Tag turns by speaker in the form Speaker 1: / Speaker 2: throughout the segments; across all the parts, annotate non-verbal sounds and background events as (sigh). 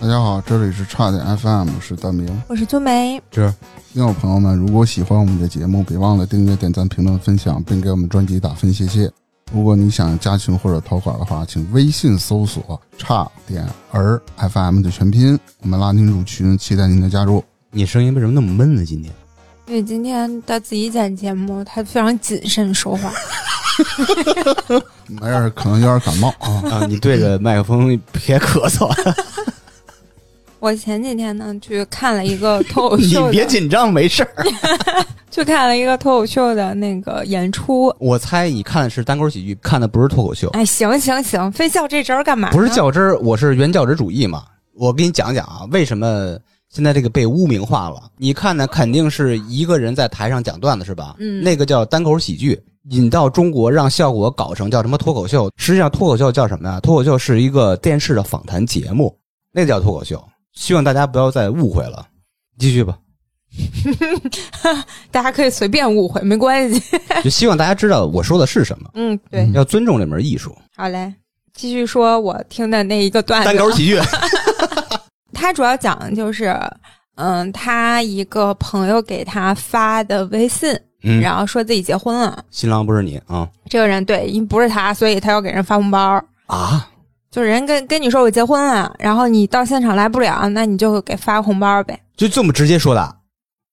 Speaker 1: 大家好，这里是差点 FM，我是大明。
Speaker 2: 我是秋梅，
Speaker 3: 这
Speaker 1: 听众朋友们，如果喜欢我们的节目，别忘了订阅、点赞、评论、分享，并给我们专辑打分，谢谢。如果你想加群或者投稿的话，请微信搜索“差点儿 FM” 的全拼，我们拉您入群，期待您的加入。
Speaker 3: 你声音为什么那么闷呢？今天
Speaker 2: 因为今天他自己剪节目，他非常谨慎说话，
Speaker 1: 没事儿，哎可能有点感冒啊。
Speaker 3: (laughs) 啊，你对着麦克风别咳 (laughs) 嗽，啊
Speaker 2: 我前几天呢去看了一
Speaker 3: (laughs)
Speaker 2: 个脱口
Speaker 3: 你
Speaker 2: 秀
Speaker 3: 别
Speaker 2: 的，
Speaker 3: 紧张，没事儿。
Speaker 2: 去看了一个脱口秀的那个演出。
Speaker 3: 我猜你看的是单口喜剧，看的不是脱口秀，
Speaker 2: 哎，行行行，非较这招儿干嘛呢？
Speaker 3: 不是较真儿，我是原较真主义嘛。我给你讲讲啊，为什么现在这个被污名化了？你看呢，肯定是一个人在台上讲段子是吧？
Speaker 2: 嗯
Speaker 3: 那个叫单口喜剧，引到中国让效果搞成叫什么脱口秀？实际上脱口秀叫什么呀？脱口秀是一个电视的访谈节目，那叫脱口秀。希望大家不要再误会了，继续吧。
Speaker 2: 大家可以随便误会，没关
Speaker 3: (laughs)
Speaker 2: 系。
Speaker 3: 就希望大家知道我说的是什么，
Speaker 2: 嗯，对，
Speaker 3: 要尊重这门艺
Speaker 2: (laughs)
Speaker 3: 术。
Speaker 2: 好嘞，继续说我听的那一个段子。
Speaker 3: 喜剧，
Speaker 2: 他主要讲的就是，嗯，他一个朋友给他发的微信，
Speaker 3: 嗯，
Speaker 2: 然后说自己结婚了。
Speaker 3: 新郎不是你啊
Speaker 2: 这个人对，因为不是他，所以他要给人发红包。
Speaker 3: 啊！
Speaker 2: 就是人跟跟你说我结婚了，然后你到现场来不了，那你就给发红包呗。
Speaker 3: 就这么直接说的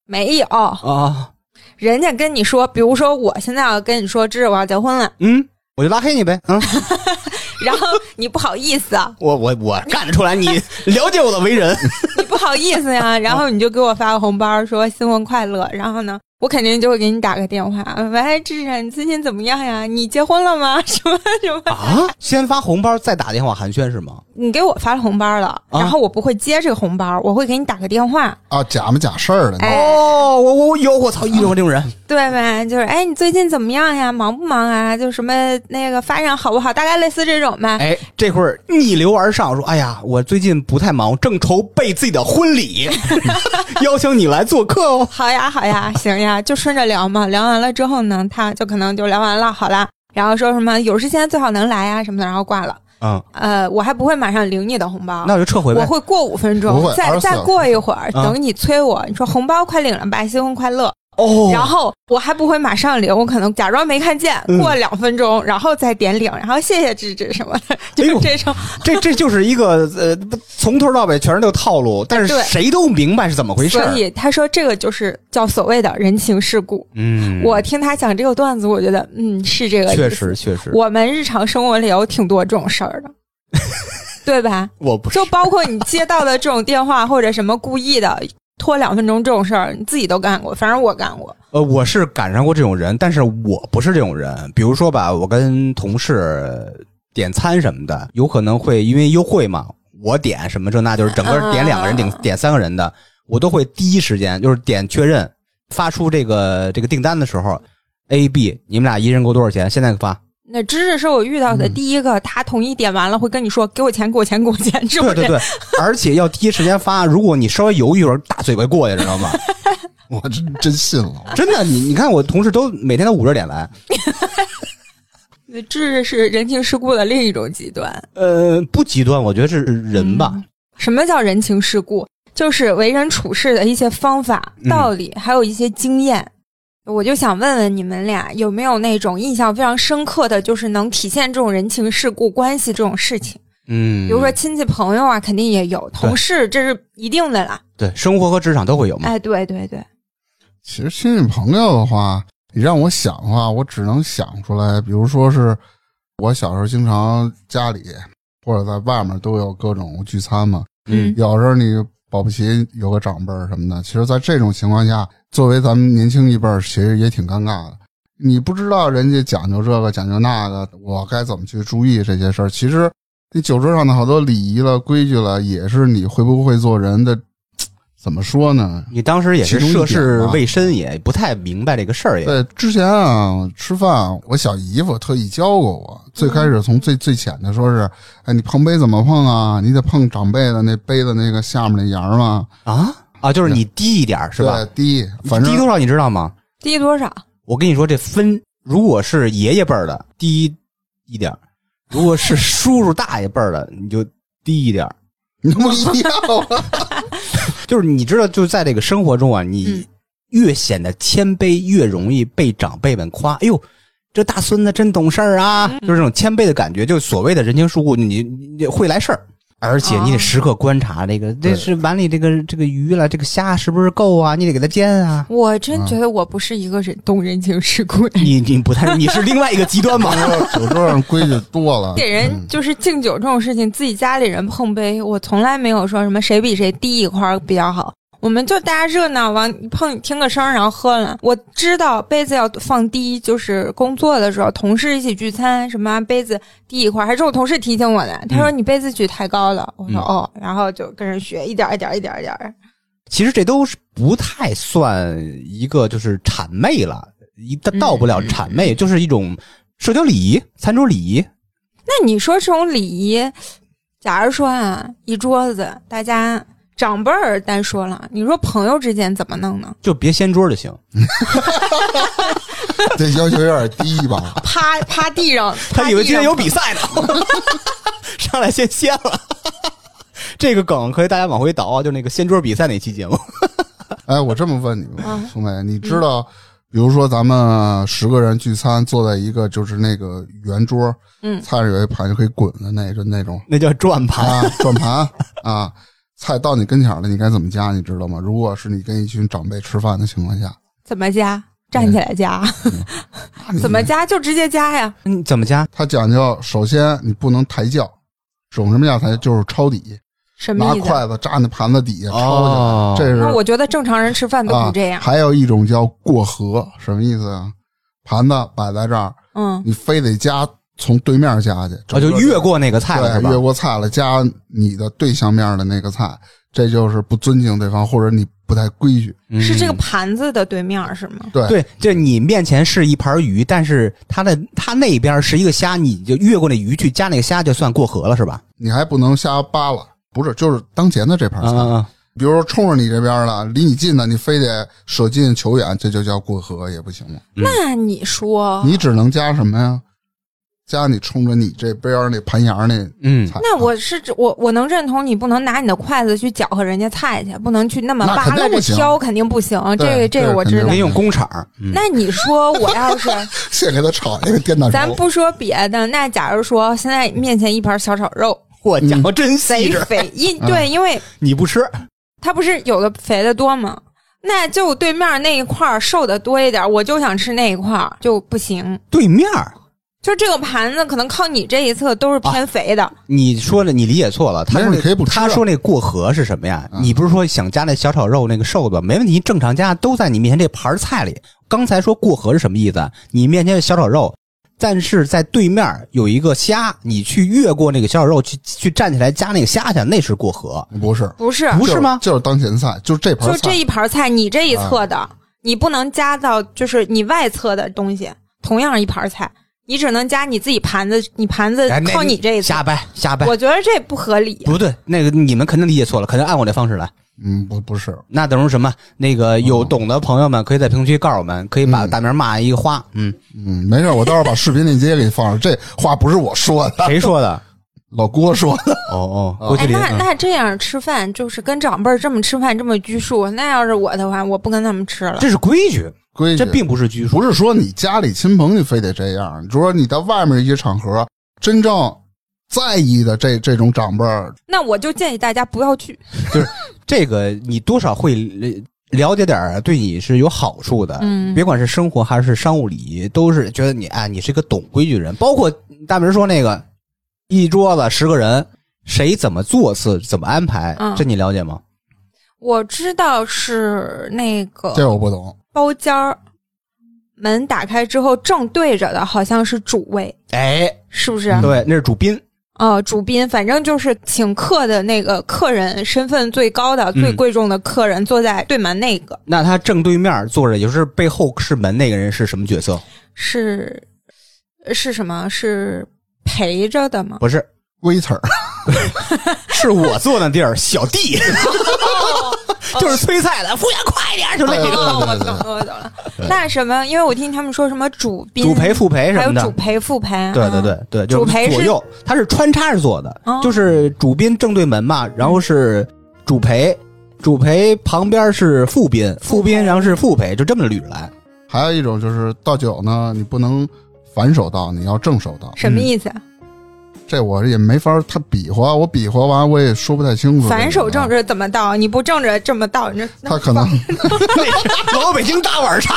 Speaker 2: 没有，
Speaker 3: 啊？
Speaker 2: 人家跟你说，比如说我现在要跟你说，芝芝我要结婚了， (laughs)
Speaker 3: 嗯，我就拉黑你呗。 (laughs) 嗯，
Speaker 2: 然后你不好意思，啊，
Speaker 3: 我我我看得出来 (laughs) 你了解我的为人。
Speaker 2: 你不好意思呀，然后你就给我发个红包，说新婚快乐，然后呢，我肯定就会给你打个电话，喂，芝芝，你最近怎么样呀？你结婚了吗？ (laughs) 什么什么？
Speaker 3: (laughs) 啊，先发红包，再打电话寒暄是吗？
Speaker 2: 你给我发了红包了，
Speaker 3: 啊
Speaker 2: 然后我不会接这个红包，我会给你打个电话，
Speaker 1: 啊，假模假事儿的，
Speaker 2: 哎
Speaker 3: 哦，我我我有，我操，遇到过这种人，
Speaker 2: 对呗，就是哎，你最近怎么样呀？忙不忙啊？就什么那个发展好不好？大概类似这种呗。
Speaker 3: 哎，这会儿逆流而上，说，哎呀，我最近不太忙，正筹备自己的婚
Speaker 2: (laughs)
Speaker 3: 礼，邀请你来做客哦。
Speaker 2: 好呀，好呀，行呀，就顺着聊嘛。聊完了之后呢，他就可能就聊完了，好啦，然后说什么有时间最好能来啊呀什么的，然后挂了。
Speaker 3: 嗯，
Speaker 2: 呃，我还不会马上领你的红包
Speaker 3: 那，我就撤回
Speaker 2: 我
Speaker 3: 呗。
Speaker 2: 会过五分钟
Speaker 1: 不，会
Speaker 2: 再
Speaker 1: 24
Speaker 2: 再过一会儿，
Speaker 3: 啊
Speaker 2: 等你催我，你说红包快领了吧，新婚快乐。
Speaker 3: 哦，
Speaker 2: 然后我还不会马上领，我可能假装没看见，
Speaker 3: 嗯
Speaker 2: 过两分钟，然后再点领，然后谢谢芝芝什么的，就是
Speaker 3: 哎呦
Speaker 2: 这种。 (laughs)
Speaker 3: 这这就是一个呃，从头到尾全是这个套路，但
Speaker 2: 对
Speaker 3: 是谁都明白是怎么回事儿
Speaker 2: 所。以他说这个就是叫所谓的人情世故。
Speaker 3: 嗯
Speaker 2: 我听他讲这个段子，我觉得嗯是这个意思
Speaker 3: 确实确实，
Speaker 2: 我们日常生活里有挺多这种事
Speaker 3: (laughs)
Speaker 2: 儿的，对吧？
Speaker 3: 我不是
Speaker 2: 就包括你接到的这种电话或者什么故意的拖两分钟这种事儿，你自己都干过，反正我干过。
Speaker 3: 呃，我是赶上过这种人，但是我不是这种人。比如说吧，我跟同事点餐什么的，有可能会因为优惠嘛，我点什么这那，就是整个点两个人
Speaker 2: 啊
Speaker 3: 点点三个人的，我都会第一时间就是点确认，发出这个这个订单的时候，A、B，你们俩一人给我多少钱？现在发。
Speaker 2: 那芝芝是我遇到
Speaker 3: 嗯
Speaker 2: 的第一个，他同意点完了会跟你说给我钱，给我钱，给我钱，是不
Speaker 3: 对
Speaker 2: 是？
Speaker 3: 对对，而且要第一时间发。如果你稍微犹豫一会儿，大嘴巴过去，知道吗？
Speaker 1: 我真真信了。
Speaker 3: (laughs) 真的，你你看我同事都每天都捂着脸来，
Speaker 2: 那芝芝是人情世故的另一种极端。
Speaker 3: 呃，不极端，我觉得是人吧。
Speaker 2: 嗯什么叫人情世故？就是为人处事的一些方法、
Speaker 3: 嗯
Speaker 2: 道理，还有一些经验。我就想问问你们俩，有没有那种印象非常深刻的，就是能体现这种人情世故关系这种事情？
Speaker 3: 嗯，
Speaker 2: 比如说亲戚朋友啊，肯定也有，同事这是一定的啦。
Speaker 3: 对生活和职场都会有嘛。
Speaker 2: 哎，对对对，
Speaker 1: 其实亲戚朋友的话，你让我想的话，我只能想出来，比如说是我小时候经常家里或者在外面都有各种聚餐嘛，
Speaker 2: 嗯
Speaker 1: 有时候你保不齐有个长辈儿什么的，其实，在这种情况下，作为咱们年轻一辈儿，其实也挺尴尬的。你不知道人家讲究这个讲究那个，我该怎么去注意这些事儿？其实，你酒桌上的好多礼仪了、规矩了，也是你会不会做人的，怎么说呢？
Speaker 3: 你当时也是
Speaker 1: 其中一
Speaker 3: 涉
Speaker 1: 点
Speaker 3: 世
Speaker 1: 吧
Speaker 3: 未深，也不太明白这个事儿，也
Speaker 1: 对，之前啊，吃饭我小姨夫特意教过我。最开始从最最浅的说是，哎，你碰杯怎么碰啊？你得碰长辈的那杯的那个下面那沿儿嘛，
Speaker 3: 啊啊，就是你低一点儿是吧？
Speaker 1: 对？低，反正
Speaker 3: 低多少你知道吗？
Speaker 2: 低多少？
Speaker 3: 我跟你说，这分如果是爷爷辈儿的低一点儿，如果是叔叔大爷辈儿的，你就低一点儿。
Speaker 1: 你不一样啊！
Speaker 3: 就是你知道，就是在这个生活中啊，你
Speaker 2: 嗯
Speaker 3: 越显得谦卑，越容易被长辈们夸。哎呦，这大孙子真懂事儿啊！就是这种谦卑的感觉，就所谓的人情世故，你你你会来事儿。而且你得
Speaker 2: 哦
Speaker 3: 时刻观察这个，这
Speaker 1: 对
Speaker 3: 是碗里这个这个鱼啊了，这个虾是不是够啊？你得给它煎啊。
Speaker 2: 我真觉得我不是一个人懂人情世故的人，
Speaker 3: 你你不太，你是另外一个极端嘛？ (laughs)
Speaker 1: 酒桌上规矩多
Speaker 2: (laughs)
Speaker 1: 了，
Speaker 2: 给人就是敬酒这种事情，自己家里人碰杯，我从来没有说什么谁比谁低一块儿比较好。我们就大家热闹完碰听个声儿，然后喝了。我知道杯子要放低，就是工作的时候，同事一起聚餐，什么杯子低一块儿，还是我同事提醒我的。他说你杯子举太高了，我说
Speaker 3: 嗯
Speaker 2: 哦，然后就跟人学，一点儿一点儿一点儿一点儿。
Speaker 3: 其实这都是不太算一个就是谄媚了，一到不了谄媚，就是一种社交礼仪、餐桌礼仪。
Speaker 2: 那你说这种礼仪，假如说啊，一桌子大家长辈儿单说了，你说朋友之间怎么弄呢？
Speaker 3: 就别掀桌就行。
Speaker 1: 这要求有点低吧？
Speaker 2: 趴趴地上，
Speaker 3: 他以为今天有
Speaker 2: 趴地
Speaker 3: 比赛呢， (laughs) 上来先掀了。 (laughs) 这个梗可以大家往回倒啊，就那个掀桌比赛那期节目。
Speaker 1: 哎，我这么问你吧
Speaker 2: 嗯，
Speaker 1: 兄弟，你知道，比如说咱们十个人聚餐，坐在一个就是那个圆桌，
Speaker 2: 嗯
Speaker 1: 菜上有一盘就可以滚的那就那种
Speaker 3: 那叫转盘，
Speaker 1: 啊，转盘啊，菜到你跟前儿了，你该怎么夹，你知道吗？如果是你跟一群长辈吃饭的情况下，
Speaker 2: 上怎么加？站起来加，
Speaker 1: 那你
Speaker 2: (laughs) 怎么加就直接加呀。
Speaker 3: 嗯，怎么加？
Speaker 1: 他讲究，首先你不能抬轿，懂什么叫抬？就是抄底，
Speaker 2: 什
Speaker 1: 拿
Speaker 2: 么意思？啊
Speaker 1: 筷子扎那盘子底下抄
Speaker 3: 哦
Speaker 1: 去，这是
Speaker 2: 那我觉得正常人吃饭都
Speaker 1: 啊
Speaker 2: 不这样。
Speaker 1: 还有一种叫过河，什么意思啊？盘子摆在这儿，
Speaker 2: 嗯，
Speaker 1: 你非得夹从对面夹去，
Speaker 3: 哦，就越过那个菜了是吧
Speaker 1: 对，越？过菜了，夹你的对象面的那个菜，这就是不尊敬对方，或者你不太规矩。
Speaker 3: 嗯
Speaker 2: 是这个盘子的对面儿是吗？
Speaker 1: 对，
Speaker 3: 对，就你面前是一盘鱼，但是它的它那边是一个虾，你就越过那鱼去夹那个虾，就算过河了是吧？
Speaker 1: 你还不能瞎扒拉，不是，就是当前的这盘
Speaker 3: 啊
Speaker 1: 菜，
Speaker 3: 啊啊！
Speaker 1: 比如说冲着你这边了，离你近的，你非得舍近求远，这就叫过河也不行吗？
Speaker 2: 那你说，
Speaker 1: 你只能夹什么呀？夹你冲着你这边儿那盘沿儿那
Speaker 3: 嗯，
Speaker 1: 菜，啊
Speaker 2: 那我是指我我能认同你不能拿你的筷子去搅和人家菜去，不能去那么
Speaker 1: 那
Speaker 2: 扒
Speaker 1: 肯定
Speaker 2: 拉着
Speaker 1: 不行
Speaker 2: 挑，肯定不行。
Speaker 1: 对
Speaker 2: 这个这
Speaker 1: 这
Speaker 2: 个我
Speaker 1: 肯定
Speaker 2: 知
Speaker 1: 不行
Speaker 2: 道
Speaker 3: 得。用工厂。嗯
Speaker 2: 那
Speaker 1: (laughs)
Speaker 2: 你说我要是
Speaker 1: (laughs) 先给他炒一个电蛋
Speaker 2: 咱
Speaker 1: 粥。
Speaker 2: 不说别的，那假如说现在面前一盘小炒肉，
Speaker 3: (laughs) 我家伙真
Speaker 2: 贼
Speaker 3: 细致，
Speaker 2: 肥，
Speaker 1: (laughs)
Speaker 2: 因
Speaker 1: 嗯
Speaker 2: 对，因为
Speaker 3: 你不吃，
Speaker 2: 它不是有的肥的多吗？那就对面那一块儿瘦的多一点，我就想吃那一块儿就不行。
Speaker 3: 对面儿
Speaker 2: 就这个盘子可能靠你这一侧都是
Speaker 3: 啊
Speaker 2: 偏肥的，
Speaker 3: 你说的你理解错了，他
Speaker 1: 没
Speaker 3: 说那
Speaker 1: 事你可以不吃啊
Speaker 3: 他说那过河是什么呀？
Speaker 1: 嗯
Speaker 3: 你不是说想加那小炒肉那个瘦子，没问题，正常加都在你面前这盘菜里。刚才说过河是什么意思啊？你面前的小炒肉，但是在对面有一个虾，你去越过那个小炒肉去去站起来夹那个虾去，那是过河，
Speaker 1: 不是，
Speaker 2: 不是？
Speaker 3: 不是吗？
Speaker 1: 就就是当前菜，就这盘
Speaker 2: 就
Speaker 1: 菜。
Speaker 2: 这一盘菜，你这一侧的，
Speaker 3: 啊
Speaker 2: 你不能加到就是你外侧的东西。同样一盘菜，你只能加你自己盘子，你盘子
Speaker 3: 哎那
Speaker 2: 呃靠你这一侧
Speaker 3: 瞎。掰瞎掰，
Speaker 2: 我觉得这不合理。
Speaker 3: 不对，那个你们肯定理解错了，肯定按我这方式来。
Speaker 1: 嗯，不不是，
Speaker 3: 那等于什么？那个有懂的朋友们可以在评论区告诉我们，可以把
Speaker 1: 嗯
Speaker 3: 大明骂一个花，嗯，
Speaker 1: 嗯，没事，我到时候把视频链接给你放上。这话不是我说的，
Speaker 3: 谁说的？
Speaker 1: 老郭说的。
Speaker 3: 哦哦，郭
Speaker 2: 哎
Speaker 3: 麒，麟。
Speaker 2: 那
Speaker 3: 嗯
Speaker 2: 那这样吃饭就是跟长辈儿这么吃饭这么拘束，那要是我的话，我不跟他们吃了。
Speaker 3: 这是规矩，
Speaker 1: 规矩
Speaker 3: 这并不是拘束。
Speaker 1: 不是说你家里亲朋你非得这样，你说你在外面一些场合，真正在意的这这种长辈儿，
Speaker 2: 那我就建议大家不要去。
Speaker 3: 这个你多少会了了解点儿，啊对你是有好处的。
Speaker 2: 嗯
Speaker 3: 别管是生活还是商务礼仪，都是觉得你哎，你是个懂规矩的人。包括大明说那个一桌子十个人，谁怎么做次，怎么安排，
Speaker 2: 嗯
Speaker 3: 这你了解吗？
Speaker 2: 我知道是那
Speaker 1: 这
Speaker 2: 个
Speaker 1: 我不懂。
Speaker 2: 包间儿，门打开之后正对着的好像是主位，
Speaker 3: 哎，
Speaker 2: 是不是？
Speaker 1: 嗯
Speaker 3: 对，那是主宾，
Speaker 2: 呃，主宾，反正就是请客的那个客人身份最高的、
Speaker 3: 嗯
Speaker 2: 最贵重的客人坐在对门那个
Speaker 3: 那他正对面坐着，也就是背后是门那个人是什么角色？
Speaker 2: 是是什么？是陪着的吗？
Speaker 3: 不是，
Speaker 1: waiter
Speaker 2: (laughs)
Speaker 3: 是我坐那地儿，小弟。就是催菜的，服务员快点儿，
Speaker 1: (laughs)
Speaker 3: 就
Speaker 1: 对
Speaker 3: 类
Speaker 1: 对
Speaker 3: 似
Speaker 1: 对
Speaker 2: 哦我
Speaker 1: 对
Speaker 2: 懂
Speaker 1: 对
Speaker 2: 了，我懂了。那什么，因为我听他们说什么主宾、
Speaker 3: 主陪、副
Speaker 2: 还
Speaker 3: 陪什
Speaker 2: 有
Speaker 3: 么的
Speaker 2: 主。陪、副陪，
Speaker 3: 对对
Speaker 2: 嗯，
Speaker 3: 对对，就
Speaker 2: 主陪是
Speaker 3: 左右，它是穿插着做的，
Speaker 2: 哦
Speaker 3: 就是主宾正对门嘛，然后是主陪，主陪旁边是副宾，副宾然后是副陪，就这么捋着
Speaker 2: (laughs)
Speaker 3: 来。
Speaker 1: (laughs) 还有一种就是倒酒呢，你不能反手倒，你要正手倒。
Speaker 2: 什么意思？啊
Speaker 1: 这我也没法儿，他比划我比划完我也说不太清楚。
Speaker 2: 反手正，着怎么倒？你不正着这么倒，你这
Speaker 1: 他可能
Speaker 3: 老北京大碗茶，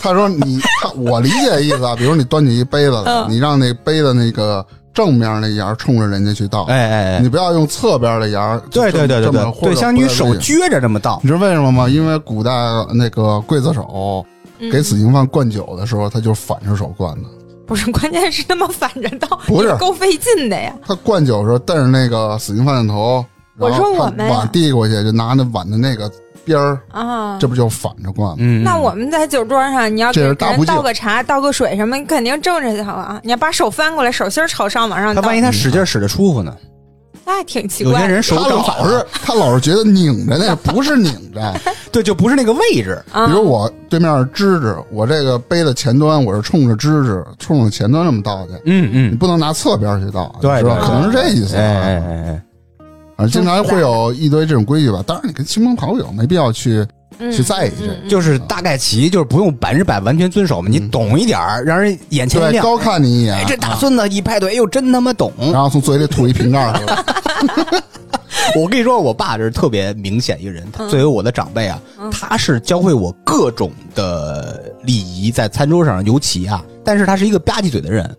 Speaker 1: 他说你，他我理解意思啊，比如你端起一杯子来，
Speaker 2: 嗯
Speaker 1: 你让那杯子那个正面那沿儿冲着人家去倒，
Speaker 3: 哎哎哎，
Speaker 1: 你不要用侧边的沿儿。就
Speaker 3: 对对对
Speaker 1: 这
Speaker 3: 对
Speaker 1: 么
Speaker 3: 对，对，相当于手。
Speaker 1: 或者
Speaker 3: 撅着这么倒
Speaker 1: 你，知道为什么吗？因为古代那个刽子手
Speaker 2: 嗯
Speaker 1: 给死刑犯灌酒的时候，他就是反着手灌的。
Speaker 2: 不是，关键是他妈反着
Speaker 3: (laughs)
Speaker 2: 倒，
Speaker 1: 不是
Speaker 2: 也够费劲的呀。
Speaker 1: 他灌酒的时候瞪着那个死刑犯的头，
Speaker 2: 我
Speaker 1: 然后
Speaker 2: 说我
Speaker 1: 他
Speaker 2: 们呀
Speaker 1: 碗递过去，就拿那碗的那个边儿，
Speaker 2: 啊，
Speaker 1: 这不就反着灌吗？
Speaker 3: 嗯，
Speaker 2: 那我们在酒桌上，你要给
Speaker 1: 这是
Speaker 2: 人
Speaker 1: 大不敬
Speaker 2: 倒个茶、倒个水什么，你肯定正着就好啊。你要把手翻过来，手心儿朝上往上
Speaker 3: 嗯他
Speaker 2: 倒，
Speaker 3: 万一他使劲使得舒服呢？
Speaker 2: 嗯那还挺奇
Speaker 3: 有些
Speaker 2: 怪
Speaker 3: 人手啊
Speaker 1: 他
Speaker 3: 正
Speaker 1: 老
Speaker 3: 好是
Speaker 1: 是 (laughs) 他老是觉得拧着那不是拧
Speaker 2: (laughs)
Speaker 1: 着，
Speaker 3: 对，就不是那个位置，
Speaker 2: 啊
Speaker 1: 比。如我对面是芝芝，我这个杯的前端我是冲着芝芝，冲着前端这么倒去，
Speaker 3: 嗯
Speaker 1: 你
Speaker 3: 嗯，
Speaker 1: 不能拿侧边去倒，
Speaker 3: 对
Speaker 1: 你知道
Speaker 3: 对
Speaker 1: 可能是这意思。
Speaker 3: 哎哎哎哎。
Speaker 1: 啊，经常会有一堆这种规矩吧。当然，你跟亲朋好友没必要去
Speaker 2: 嗯
Speaker 1: 去在意这个
Speaker 2: 嗯嗯
Speaker 3: 就是大概齐，就是不用百分之百完全遵守嘛，你懂一点儿，让人眼前一
Speaker 1: 对
Speaker 3: 亮。
Speaker 1: 高看你一眼
Speaker 3: 哎，，这大孙子一拍腿，哎呦，真他妈懂！
Speaker 1: 然后从嘴里吐一瓶
Speaker 2: (laughs)
Speaker 1: 盖出来。
Speaker 3: (laughs) 我跟你说，我爸就是特别明显一个人，他作为我的长辈啊，他是教会我各种的礼仪，在餐桌上尤其啊，但是他是一个吧唧嘴的人，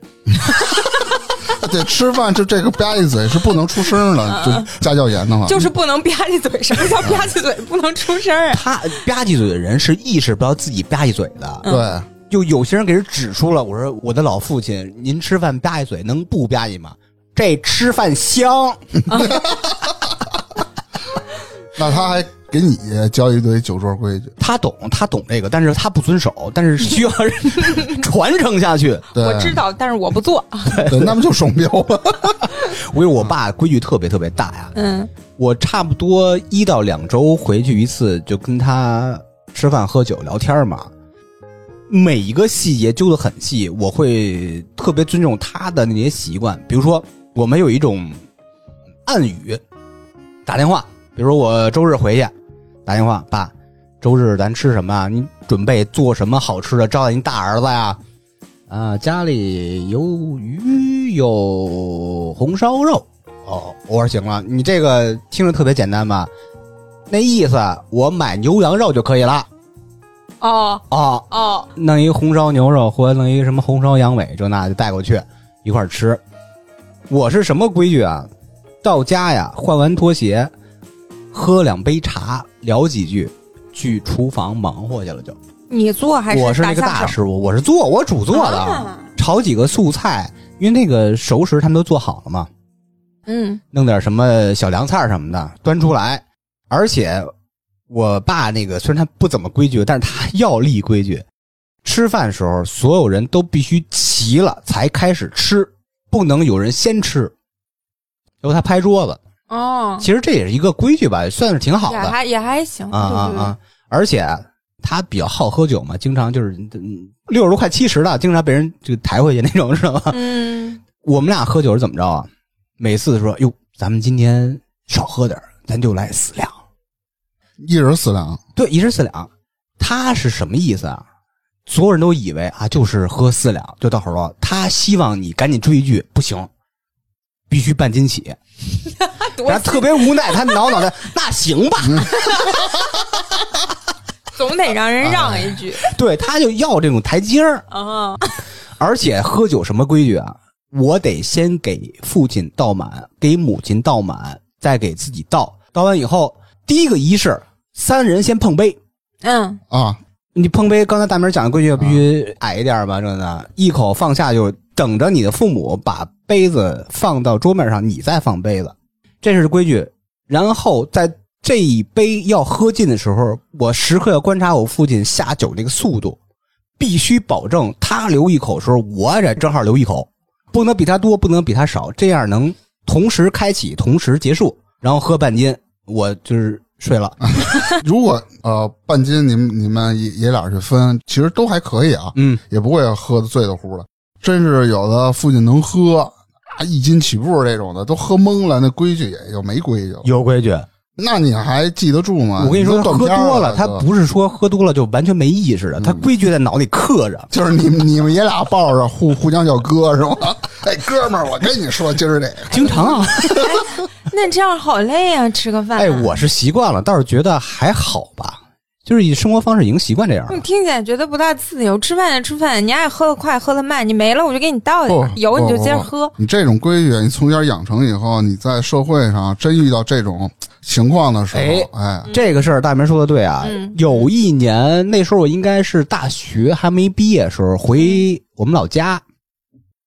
Speaker 1: (laughs) 对，吃饭就这个吧唧嘴是不能出声的，就家教严的话，
Speaker 2: 嗯就是不能吧唧嘴，什
Speaker 3: (laughs) 啊
Speaker 2: 么叫吧唧嘴？不能出声儿啊！
Speaker 3: 他吧唧嘴的人是意识不到自己吧唧嘴的，
Speaker 1: 对。
Speaker 2: 嗯
Speaker 3: 就有些人给人指出了，我说我的老父亲，您吃饭吧唧嘴能不吧唧吗？这吃饭香，
Speaker 1: 那他还给你教一堆酒桌规矩，
Speaker 3: 他懂，他懂这个，但是他不遵守，但是需要人 (laughs) 传承下去。
Speaker 1: 对，
Speaker 2: 我知道，但是我不做。
Speaker 1: 对，那不就双标了？
Speaker 3: 我跟我爸规矩特别特别大呀，
Speaker 2: 嗯
Speaker 3: 我差不多一到两周回去一次，就跟他吃饭、喝酒、聊天嘛。每一个细节揪得很细，我会特别尊重他的那些习惯。比如说，我们有一种暗语，打电话。比如说我周日回去，打电话，爸，周日咱吃什么啊？你准备做什么好吃的招待您大儿子呀？啊，家里有鱼，有红烧肉。哦，我说行了，你这个听着特别简单吧？那意思我买牛羊肉就可以了。
Speaker 2: 哦
Speaker 3: 哦，
Speaker 2: 哦，
Speaker 3: 弄一红烧牛肉或者弄一什么红烧羊尾，这那就带过去一块儿吃。我是什么规矩啊？到家呀，换完拖鞋，喝两杯茶，聊几句，去厨房忙活去了就。
Speaker 2: 你做还
Speaker 3: 我是那
Speaker 2: 打
Speaker 3: 个大
Speaker 2: 下手
Speaker 3: 师傅，我是做，我主做的，
Speaker 2: 啊
Speaker 3: 炒几个素菜，因为那个熟食他们都做好了嘛。
Speaker 2: 嗯
Speaker 3: 弄点什么小凉菜什么的端出来。而且我爸那个虽然他不怎么规矩，但是他要立规矩，吃饭时候所有人都必须齐了才开始吃，不能有人先吃。然后他拍桌子，
Speaker 2: 哦，
Speaker 3: 其实这也是一个规矩吧，算是挺好
Speaker 2: 也
Speaker 3: 的
Speaker 2: 还也还行
Speaker 3: 啊啊
Speaker 2: 对对
Speaker 3: 啊！而且他比较好喝酒嘛，经常就是嗯六十多快七十了，经常被人就抬回去那种，是吧？
Speaker 2: 对嗯
Speaker 3: 我们俩喝酒是怎么着啊？每次说哟，咱们今天少喝点儿咱就来四两。
Speaker 1: 一人四两，
Speaker 3: 对，一人四两。他是什么意思啊？所有人都以为啊，就是喝四两就到手了。他希望你赶紧追一句，不行，必须半斤起。
Speaker 2: (laughs) 多
Speaker 3: 然后特别无奈，他挠脑袋， (laughs) 那行吧。
Speaker 2: 总得让
Speaker 3: 啊
Speaker 2: 人让一句
Speaker 3: 对，他就要这种台阶儿。
Speaker 2: 啊。
Speaker 3: 而且喝酒什么规矩啊？我得先给父亲倒满，给母亲倒满，再给自己倒。倒完以后，第一个仪式，三人先碰杯。
Speaker 2: 嗯， (laughs)
Speaker 1: 啊，
Speaker 3: 你碰杯，刚才大明讲的规矩必须矮一点吧？这的，一口放下就等着你的父母把杯子放到桌面上，你再放杯子，这是规矩。然后在这一杯要喝尽的时候，我时刻要观察我父亲下酒那个速度，必须保证他留一口的时候，我也正好留一口，不能比他多，不能比他少，这样能同时开启，同时结束，然后喝半斤。我就是睡了。
Speaker 1: 如果呃半斤你们你们爷爷俩去分，其实都还可以啊，
Speaker 3: 嗯，
Speaker 1: 也不会喝的醉的乎的。真是有的父亲能喝啊，一斤起步这种的都喝懵了，那规矩也就没规矩了。
Speaker 3: 有规矩。
Speaker 1: 那你还记得住吗？
Speaker 3: 我跟你说，
Speaker 1: 啊都断
Speaker 3: 喝
Speaker 1: 片儿
Speaker 3: 多
Speaker 1: 了，
Speaker 3: 他
Speaker 1: 都嗯
Speaker 3: 不是说喝多了就完全没意识的，他规矩在脑里刻着。
Speaker 1: 就是你们你们爷俩抱着互互相叫哥是吗？哎，哥们儿，我跟你说，今儿这个
Speaker 3: 经常
Speaker 1: (laughs)
Speaker 3: 啊，
Speaker 2: (laughs) 那这样好累啊，吃个饭。
Speaker 3: 哎，我是习惯了，倒是觉得还好吧，就是以生活方式已经习惯这样
Speaker 1: 嗯
Speaker 2: 你
Speaker 3: 了。
Speaker 2: 听起来觉得不大自由，吃饭就吃饭，你爱喝的快，喝的慢，你没了我就给你倒点儿，
Speaker 1: 不
Speaker 2: 有你就
Speaker 1: 不
Speaker 2: 接着
Speaker 1: 不
Speaker 2: 喝。
Speaker 1: 你这种规矩，你从小养成以后，你在社会上真遇到这种情况的时
Speaker 3: 哎
Speaker 1: 候，哎，
Speaker 3: 这个事儿，大明说的对啊。
Speaker 2: 嗯
Speaker 3: 有一年，那时候我应该是大学还没毕业的时候，
Speaker 1: 嗯
Speaker 3: 回我们老家，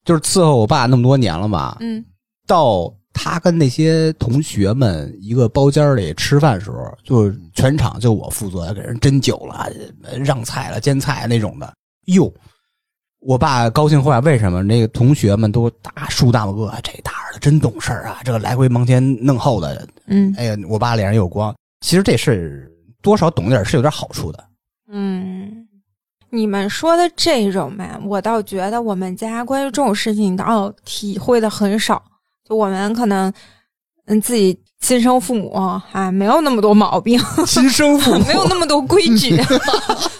Speaker 3: 就是伺候我爸那么多年了嘛。
Speaker 2: 嗯，
Speaker 3: 到他跟那些同学们一个包间里吃饭的时候，就全场就我负责给人斟酒了、呃让菜了、煎菜那种的。哟，我爸高兴坏，为什么？那个同学们都大竖大拇哥，这大儿子真懂事儿啊！这个来回忙前弄后的，
Speaker 2: 嗯
Speaker 3: 哎呀，我爸脸上有光。其实这事儿多少懂点儿是有点好处的。
Speaker 2: 嗯，你们说的这种吧，我倒觉得我们家关于这种事情倒体会的很少。就我们可能，嗯，自己亲生父母啊，没有那么多毛病， (laughs)
Speaker 3: 亲生父
Speaker 2: 没有那么多规矩，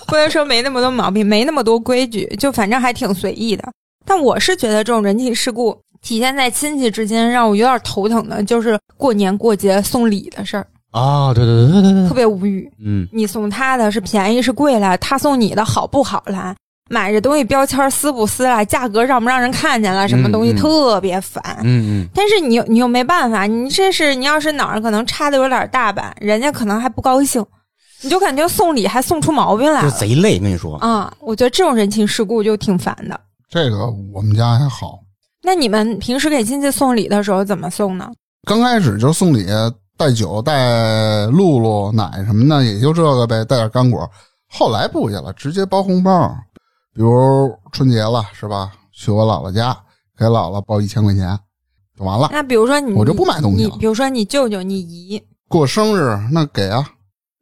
Speaker 2: 不能说没那么多毛病，没那么多规矩，就反正还挺随意的。但我是觉得这种人情世故体现在亲戚之间，让我有点头疼的，就是过年过节送礼的事儿，
Speaker 3: 啊、对对对对对
Speaker 2: 特
Speaker 3: 对，
Speaker 2: 别无语。
Speaker 3: 嗯，
Speaker 2: 你送他的是便宜是贵了，他送你的好不好啦？买这东西标签撕不撕啦？价格让不让人看见了？什么东西
Speaker 3: 嗯嗯
Speaker 2: 特别烦。
Speaker 3: 嗯嗯，
Speaker 2: 但是你又你又没办法，你这是你要是哪儿可能差的有点大吧，人家可能还不高兴，你就感觉送礼还送出毛病来
Speaker 3: 就
Speaker 2: 了
Speaker 3: 贼累，跟你说，
Speaker 2: 啊、我觉得这种人情世故就挺烦的。
Speaker 1: (laughs) 这个我们家还好。
Speaker 2: 那你们平时给亲戚送礼的时候怎么送呢？
Speaker 1: 刚开始就送礼，带酒、带露露、奶什么的，也就这个呗，带点干果。后来不去了，直接包红包，比如春节了是吧？去我姥姥家给姥姥包一千块钱，就完了。
Speaker 2: 那比如说你
Speaker 1: 我就不买东西
Speaker 2: 你
Speaker 1: 了
Speaker 2: 比如说你舅舅你姨，
Speaker 1: 过生日那给啊，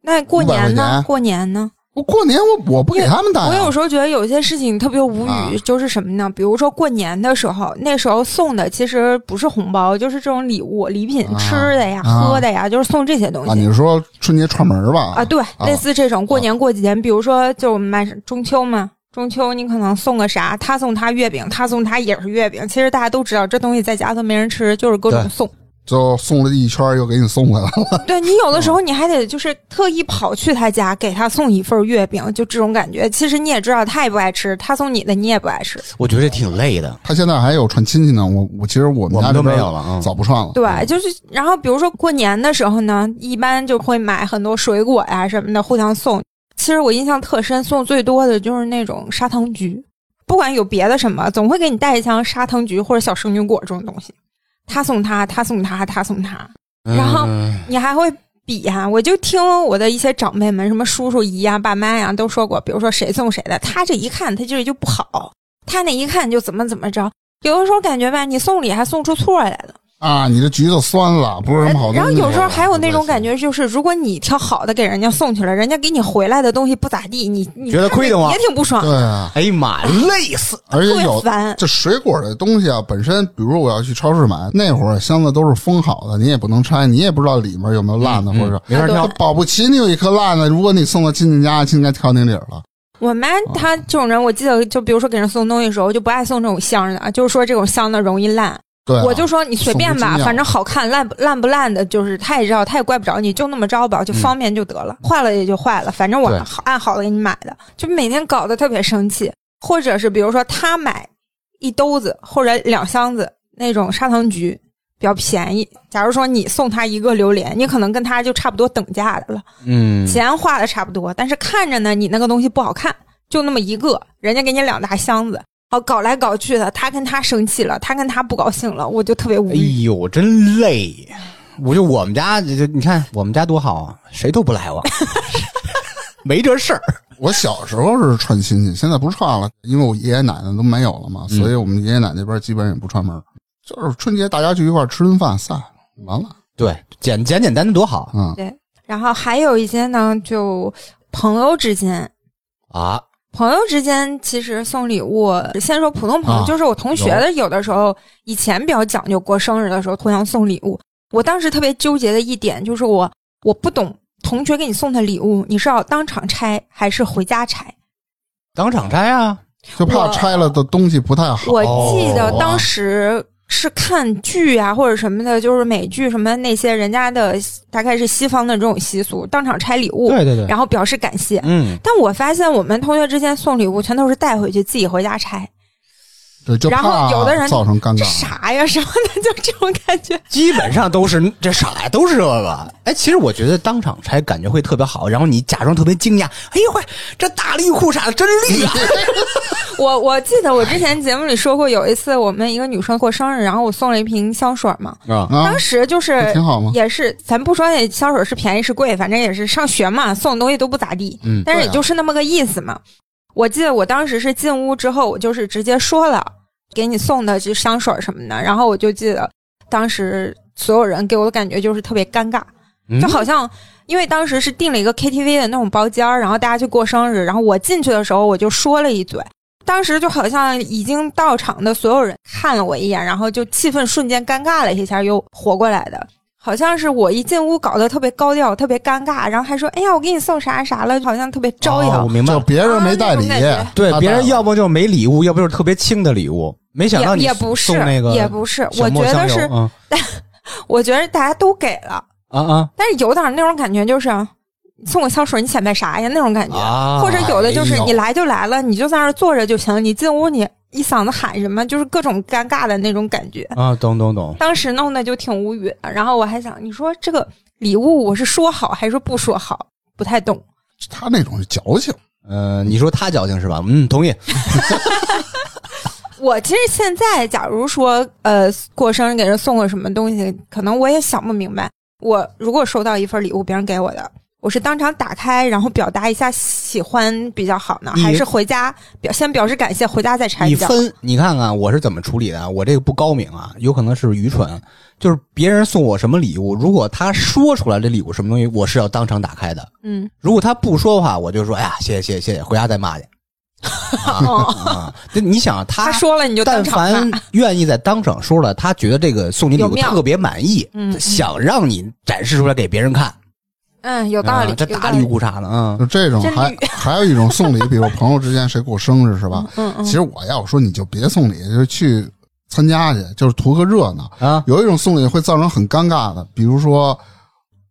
Speaker 2: 那过
Speaker 1: 500块
Speaker 2: 年呢
Speaker 1: 钱？
Speaker 2: 过年呢？
Speaker 1: 我过年我我不给他们带、啊。
Speaker 2: 我有时候觉得有些事情特别无语，
Speaker 1: 啊
Speaker 2: 就是什么呢？比如说过年的时候，那时候送的其实不是红包，就是这种礼物、礼品、
Speaker 1: 啊
Speaker 2: 吃的呀、
Speaker 1: 啊
Speaker 2: 喝的呀，就是送这些东
Speaker 1: 啊，
Speaker 2: 西
Speaker 1: 你是说春节串门儿吧？
Speaker 2: 啊对，类似这种过年过节，比如说就我们买中秋嘛，中秋你可能送个啥，他送他月饼，他送他也是月饼。其实大家都知道，这东西在家都没人吃，就是各种
Speaker 3: 对
Speaker 2: (laughs) 送。
Speaker 1: 就送了一圈儿，又给你送回来了。
Speaker 2: 对你有的时候你还得就是特意跑去他家给他送一份月饼，就这种感觉。其实你也知道他也不爱吃，他送你的你也不爱吃。
Speaker 3: 我觉得这挺累的，
Speaker 1: 他现在还有串亲戚呢，我我其实我们
Speaker 3: 我
Speaker 1: 家
Speaker 3: 们
Speaker 1: 这
Speaker 3: 都没
Speaker 1: 边
Speaker 3: 有了啊。
Speaker 1: 早不串了。
Speaker 2: 对，就是然后比如说过年的时候呢，一般就会买很多水果呀、什么的互相送。其实我印象特深，送最多的就是那种砂糖橘，不管有别的什么，总会给你带一箱砂糖橘或者小圣女果这种东西。他送他，他送他，他送他，然后
Speaker 3: 嗯
Speaker 2: 你还会比呀、我就听我的一些长辈们，什么叔叔姨呀、爸妈呀，都说过，比如说谁送谁的，他这一看他这就不好，他那一看就怎么怎么着。有的时候感觉吧，你送礼还送出错来了。
Speaker 1: 啊，你这橘子酸了，不是什么好东西。
Speaker 2: 然后有时候还有那种感，觉，就是如果你挑好的给人家送去了，人家给你回来的东西不咋地，你你
Speaker 3: 觉得亏得慌
Speaker 2: 也挺不爽，
Speaker 1: 对啊，
Speaker 3: 哎呀妈，累死！
Speaker 1: 而且
Speaker 2: 特别
Speaker 1: 有
Speaker 2: 烦。
Speaker 1: 这水果的东西啊，本身比如我要去超市买，那会儿箱子都是封好的，你也不能拆，你也不知道里面有没有
Speaker 2: 啊
Speaker 1: 烂的，
Speaker 3: 嗯
Speaker 1: 或者是
Speaker 3: 没法挑
Speaker 1: 它保不齐你有一颗烂的，如果你送到亲戚家，亲戚家挑你理儿了。
Speaker 2: 我
Speaker 3: 啊
Speaker 2: 妈她这种人，我记得就比如说给人送东西的时候，就不爱送这种箱的，啊就是说这种箱的容易烂。
Speaker 1: 对啊、
Speaker 2: 我就说你随便
Speaker 1: 送不
Speaker 2: 吧，
Speaker 1: 尽量
Speaker 2: 反正好看烂不烂不烂的，就是他也知道，他也怪不着你，就那么
Speaker 1: 嗯
Speaker 2: 着吧，就方便就得了，坏了也就坏了，反正我
Speaker 3: 对
Speaker 2: 好按好的给你买的，就每天搞得特别生气。或者是比如说他买一兜子或者两箱子那种砂糖橘比较便宜，假如说你送他一个榴莲，你可能跟他就差不多等价的了，
Speaker 3: 嗯，
Speaker 2: 钱花的差不多，但是看着呢，你那个东西不好看，就那么一个，人家给你两大箱子，哦，搞来搞去的，他跟他生气了，他跟他不高兴了，我就特别无
Speaker 3: 哎
Speaker 2: 语。
Speaker 3: 呦，真累！我就我们家，这这你看我们家多好啊，谁都不来往， (laughs) 没这事儿。
Speaker 1: 我小时候是串亲戚，现在不串了，因为我爷爷奶奶都没有了嘛，
Speaker 3: 嗯
Speaker 1: 所以我们爷爷奶奶那边基本也不串门儿，就是春节大家聚一块儿吃顿饭，散了完了。
Speaker 3: 对，简简简单单多好。
Speaker 1: 嗯，
Speaker 2: 对，然后还有一些呢，就朋友之间，
Speaker 3: 啊，
Speaker 2: 朋友之间其实送礼物，先说普通朋友，
Speaker 1: 啊
Speaker 2: 就是我同学的，有的时候以前比较讲究过生日的时候互相送礼物。我当时特别纠结的一点就是我我不懂同学给你送的礼物，你是要当场拆还是回家拆？
Speaker 3: 当场拆啊，
Speaker 1: 就怕
Speaker 2: 我
Speaker 1: 拆了的东西不太好。
Speaker 2: 我记得当时是看剧啊或者什么的，就是美剧什么那些人家的大概是西方的这种习俗，当场拆礼物，
Speaker 3: 对对，
Speaker 2: 然后表示感谢。
Speaker 3: 嗯，
Speaker 2: 但我发现我们同学之间送礼物全都是带回去自己回家拆，
Speaker 1: 对，就
Speaker 2: 然后
Speaker 1: 怕
Speaker 2: 有的人
Speaker 1: 造成尴
Speaker 2: 这
Speaker 1: 尬。
Speaker 2: 啥呀什么的，就这种感觉。 (laughs)
Speaker 3: 基本上都是这啥呀，都是这个。哎，其实我觉得当场拆感觉会特别好，然后你假装特别惊讶，哎呦喂，这大绿裤衩子真绿啊！
Speaker 2: 我我记得我之前节目里说过，有一次我们一个女生过生日，然后我送了一瓶香水嘛，
Speaker 3: 啊，
Speaker 1: (laughs) 啊
Speaker 2: 当，时就是
Speaker 1: 不挺好吗
Speaker 2: 也是咱不说那香水是便宜是贵，反正也是上学嘛，送的东西都不咋地，
Speaker 3: 嗯
Speaker 2: 但是也
Speaker 1: 对啊
Speaker 2: 就是那么个意思嘛。我记得我当时是进屋之后，我就是直接说了给你送的这香水什么的，然后我就记得当时所有人给我的感觉就是特别尴尬，
Speaker 3: 嗯
Speaker 2: 就好像因为当时是订了一个 KTV 的那种包间儿，然后大家去过生日，然后我进去的时候我就说了一嘴。当时就好像已经到场的所有人看了我一眼，然后就气氛瞬间尴尬了一下，又活过来的。好像是我一进屋搞得特别高调，特别尴尬，然后还说：“哎呀，我给你送啥啥了，好像特别招摇。
Speaker 3: 哦我明白
Speaker 1: 就
Speaker 3: 了。
Speaker 1: 别人没带礼
Speaker 2: 啊那种感，
Speaker 3: 对
Speaker 1: 他，
Speaker 3: 别
Speaker 1: 带
Speaker 3: 人
Speaker 1: 了
Speaker 3: 要不就是没礼物，要不就是特别轻的礼物。没想到你
Speaker 2: 也也不是
Speaker 3: 送那个，
Speaker 2: 也不是，
Speaker 3: 小
Speaker 2: 我觉
Speaker 3: 莫
Speaker 2: 得
Speaker 3: 香油
Speaker 2: 是，
Speaker 3: 嗯
Speaker 2: 我觉得大家都给了，
Speaker 3: 啊啊
Speaker 2: 但是有点那种感觉，就是送我香水，你显摆啥呀？那种感觉。
Speaker 3: 啊！
Speaker 2: 或者有的就是
Speaker 1: 哎呦
Speaker 2: 你来就来了，你就在那儿坐着就行，你进屋你一嗓子喊什么，就是各种尴尬的那种感觉。
Speaker 3: 啊，懂懂懂，
Speaker 2: 当时弄的就挺无语的，然后我还想，你说这个礼物我是说好还是不说好？不太懂。
Speaker 1: 他那种是矫情，
Speaker 3: 呃，你说他矫情是吧？嗯，同意。
Speaker 2: 我其实现在，假如说呃过生日给人送个什么东西，可能我也想不明白。我如果收到一份礼物，别人给我的，我是当场打开，然后表达一下喜欢比较好呢，
Speaker 3: 你
Speaker 2: 还是回家表先表示感谢，回家再拆
Speaker 3: 你
Speaker 2: 比较好？
Speaker 3: 分，你看看我是怎么处理的啊？我这个不高明啊，有可能是愚蠢。就是别人送我什么礼物，如果他说出来这礼物什么东西，我是要当场打开的。
Speaker 2: 嗯，
Speaker 3: 如果他不说的话，我就说哎呀，谢谢谢谢谢谢，回家再骂去。 (laughs)
Speaker 2: 哦，
Speaker 3: 啊，这你想
Speaker 2: 他说了你就
Speaker 3: 但
Speaker 2: 当场骂
Speaker 3: 凡愿意在当场说了，他觉得这个送你礼
Speaker 2: 有
Speaker 3: 物
Speaker 2: 妙
Speaker 3: 特别满意，
Speaker 2: 嗯
Speaker 3: 想让你展示出来给别人看，
Speaker 2: 嗯，有道理，
Speaker 3: 啊这
Speaker 2: 有
Speaker 3: 大
Speaker 2: 道
Speaker 3: 绿
Speaker 2: 理。
Speaker 3: 裤衩呢，嗯，
Speaker 1: 就这种
Speaker 2: 真
Speaker 1: 还
Speaker 2: 绿
Speaker 1: (laughs) 还有一种送礼，比如朋友之间谁过生日是吧？
Speaker 2: 嗯
Speaker 1: 其
Speaker 2: 嗯，
Speaker 1: 实我要说，你就别送礼，就去参加去，就是图个热闹。
Speaker 3: 啊，
Speaker 1: 有一种送礼会造成很尴尬的，比如说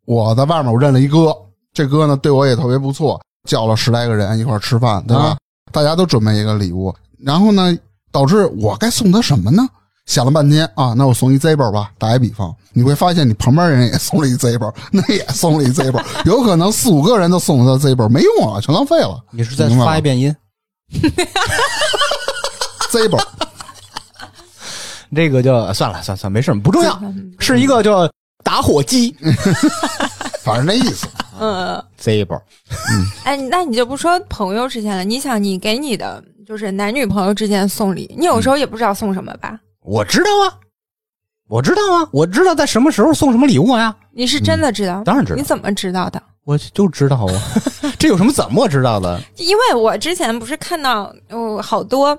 Speaker 1: 我在外面我认了一哥，这哥呢对我也特别不错，叫了十来个人一块儿吃饭，对吧？
Speaker 3: 啊
Speaker 1: 大家都准备一个礼物，然后呢，导致我该送他什么呢？想了半天啊，那我送一 Zippo 吧。打一比方，你会发现你旁边人也送了一 Zippo，那 (laughs) 也送了一 Zippo，有可能四五个人都送了他 Zippo，没用啊，全浪费了。
Speaker 3: 你是再
Speaker 1: 明白
Speaker 3: 发
Speaker 1: 吗
Speaker 3: 一遍音，
Speaker 1: Zippo
Speaker 3: 这个就算了，算算没事，不重要，
Speaker 2: 嗯
Speaker 3: 是一个叫打火机
Speaker 1: 反正那意思，
Speaker 2: 嗯，
Speaker 3: Zippo，
Speaker 2: 哎，那你就不说朋友之间了，你想你给你的就是男女朋友之间送礼，你有时候也不知道送什么吧？
Speaker 3: 我知道啊，我知道啊，我知道在什么时候送什么礼物啊呀、
Speaker 2: 你是真的知道？
Speaker 3: 嗯当然知道
Speaker 2: 你怎么知道的？
Speaker 3: 我就知道啊， (laughs) 这有什么怎么知道的？
Speaker 2: 因为我之前不是看到哦，好多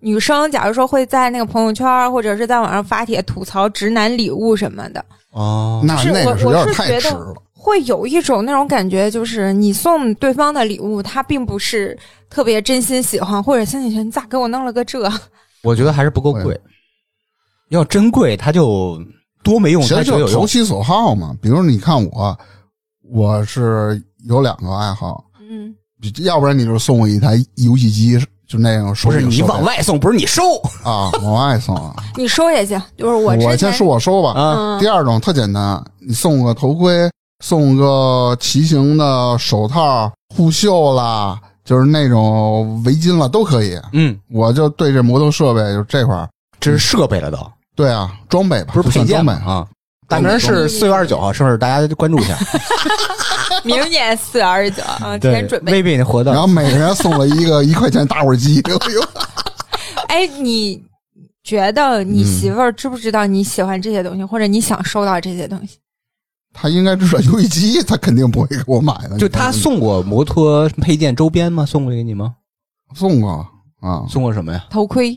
Speaker 2: 女生，假如说会在那个朋友圈儿或者是在网上发帖吐槽直男礼物什么的，
Speaker 3: 哦，
Speaker 1: 那
Speaker 2: 是
Speaker 1: 那
Speaker 2: 我
Speaker 1: 个是有
Speaker 2: 我
Speaker 1: 点
Speaker 2: 是觉
Speaker 1: 太
Speaker 2: 得
Speaker 1: 迟了。
Speaker 2: 会有一种那种感觉，就是你送对方的礼物，他并不是特别真心喜欢，或者心里觉得你咋给我弄了个这？
Speaker 3: 我觉得还是不够贵，哦要真贵，它就多没用，
Speaker 1: 其
Speaker 3: 它
Speaker 1: 实
Speaker 3: 就
Speaker 1: 就
Speaker 3: 有
Speaker 1: 是投
Speaker 3: 用。
Speaker 1: 其所好嘛。比如你看我，我是有两个爱好，
Speaker 2: 嗯，
Speaker 1: 要不然你就送我一台游戏机，就那种手
Speaker 3: 不是
Speaker 1: 柄
Speaker 3: 你
Speaker 1: 设备
Speaker 3: 往外送，不是你收
Speaker 1: 啊，往外送啊。
Speaker 2: 你说也行，就是我之
Speaker 1: 我
Speaker 2: 前
Speaker 1: 先说我收吧。
Speaker 3: 啊！
Speaker 2: 嗯
Speaker 1: 第二种特简单，你送个头盔，送个骑行的手套、护袖啦，就是那种围巾了都可以。
Speaker 3: 嗯，
Speaker 1: 我就对这摩托设备就这块儿，
Speaker 3: 这是设备了都，
Speaker 1: 对啊，装备吧，
Speaker 3: 不
Speaker 1: 就
Speaker 3: 是配
Speaker 1: 算
Speaker 3: 件
Speaker 1: 装备
Speaker 3: 嘛
Speaker 1: 啊。
Speaker 3: 啊。大明是四月二十九号生日，大家关注一下。
Speaker 2: 明年四月二十九，嗯， (laughs) 提前准备。
Speaker 3: 未必那活
Speaker 1: 然
Speaker 3: 动。
Speaker 1: 后每人送了一个一块钱打火机，哎呦
Speaker 2: 哎，你觉得你媳妇儿知不知道你喜欢这些东西，或者你想收到这些东西？
Speaker 1: 他应该至少游戏机，他肯定不会给我买的。
Speaker 3: 就他送过摩托配件周边吗？送过给你吗？
Speaker 1: 送过啊，
Speaker 3: 送过什么呀？
Speaker 2: 头盔，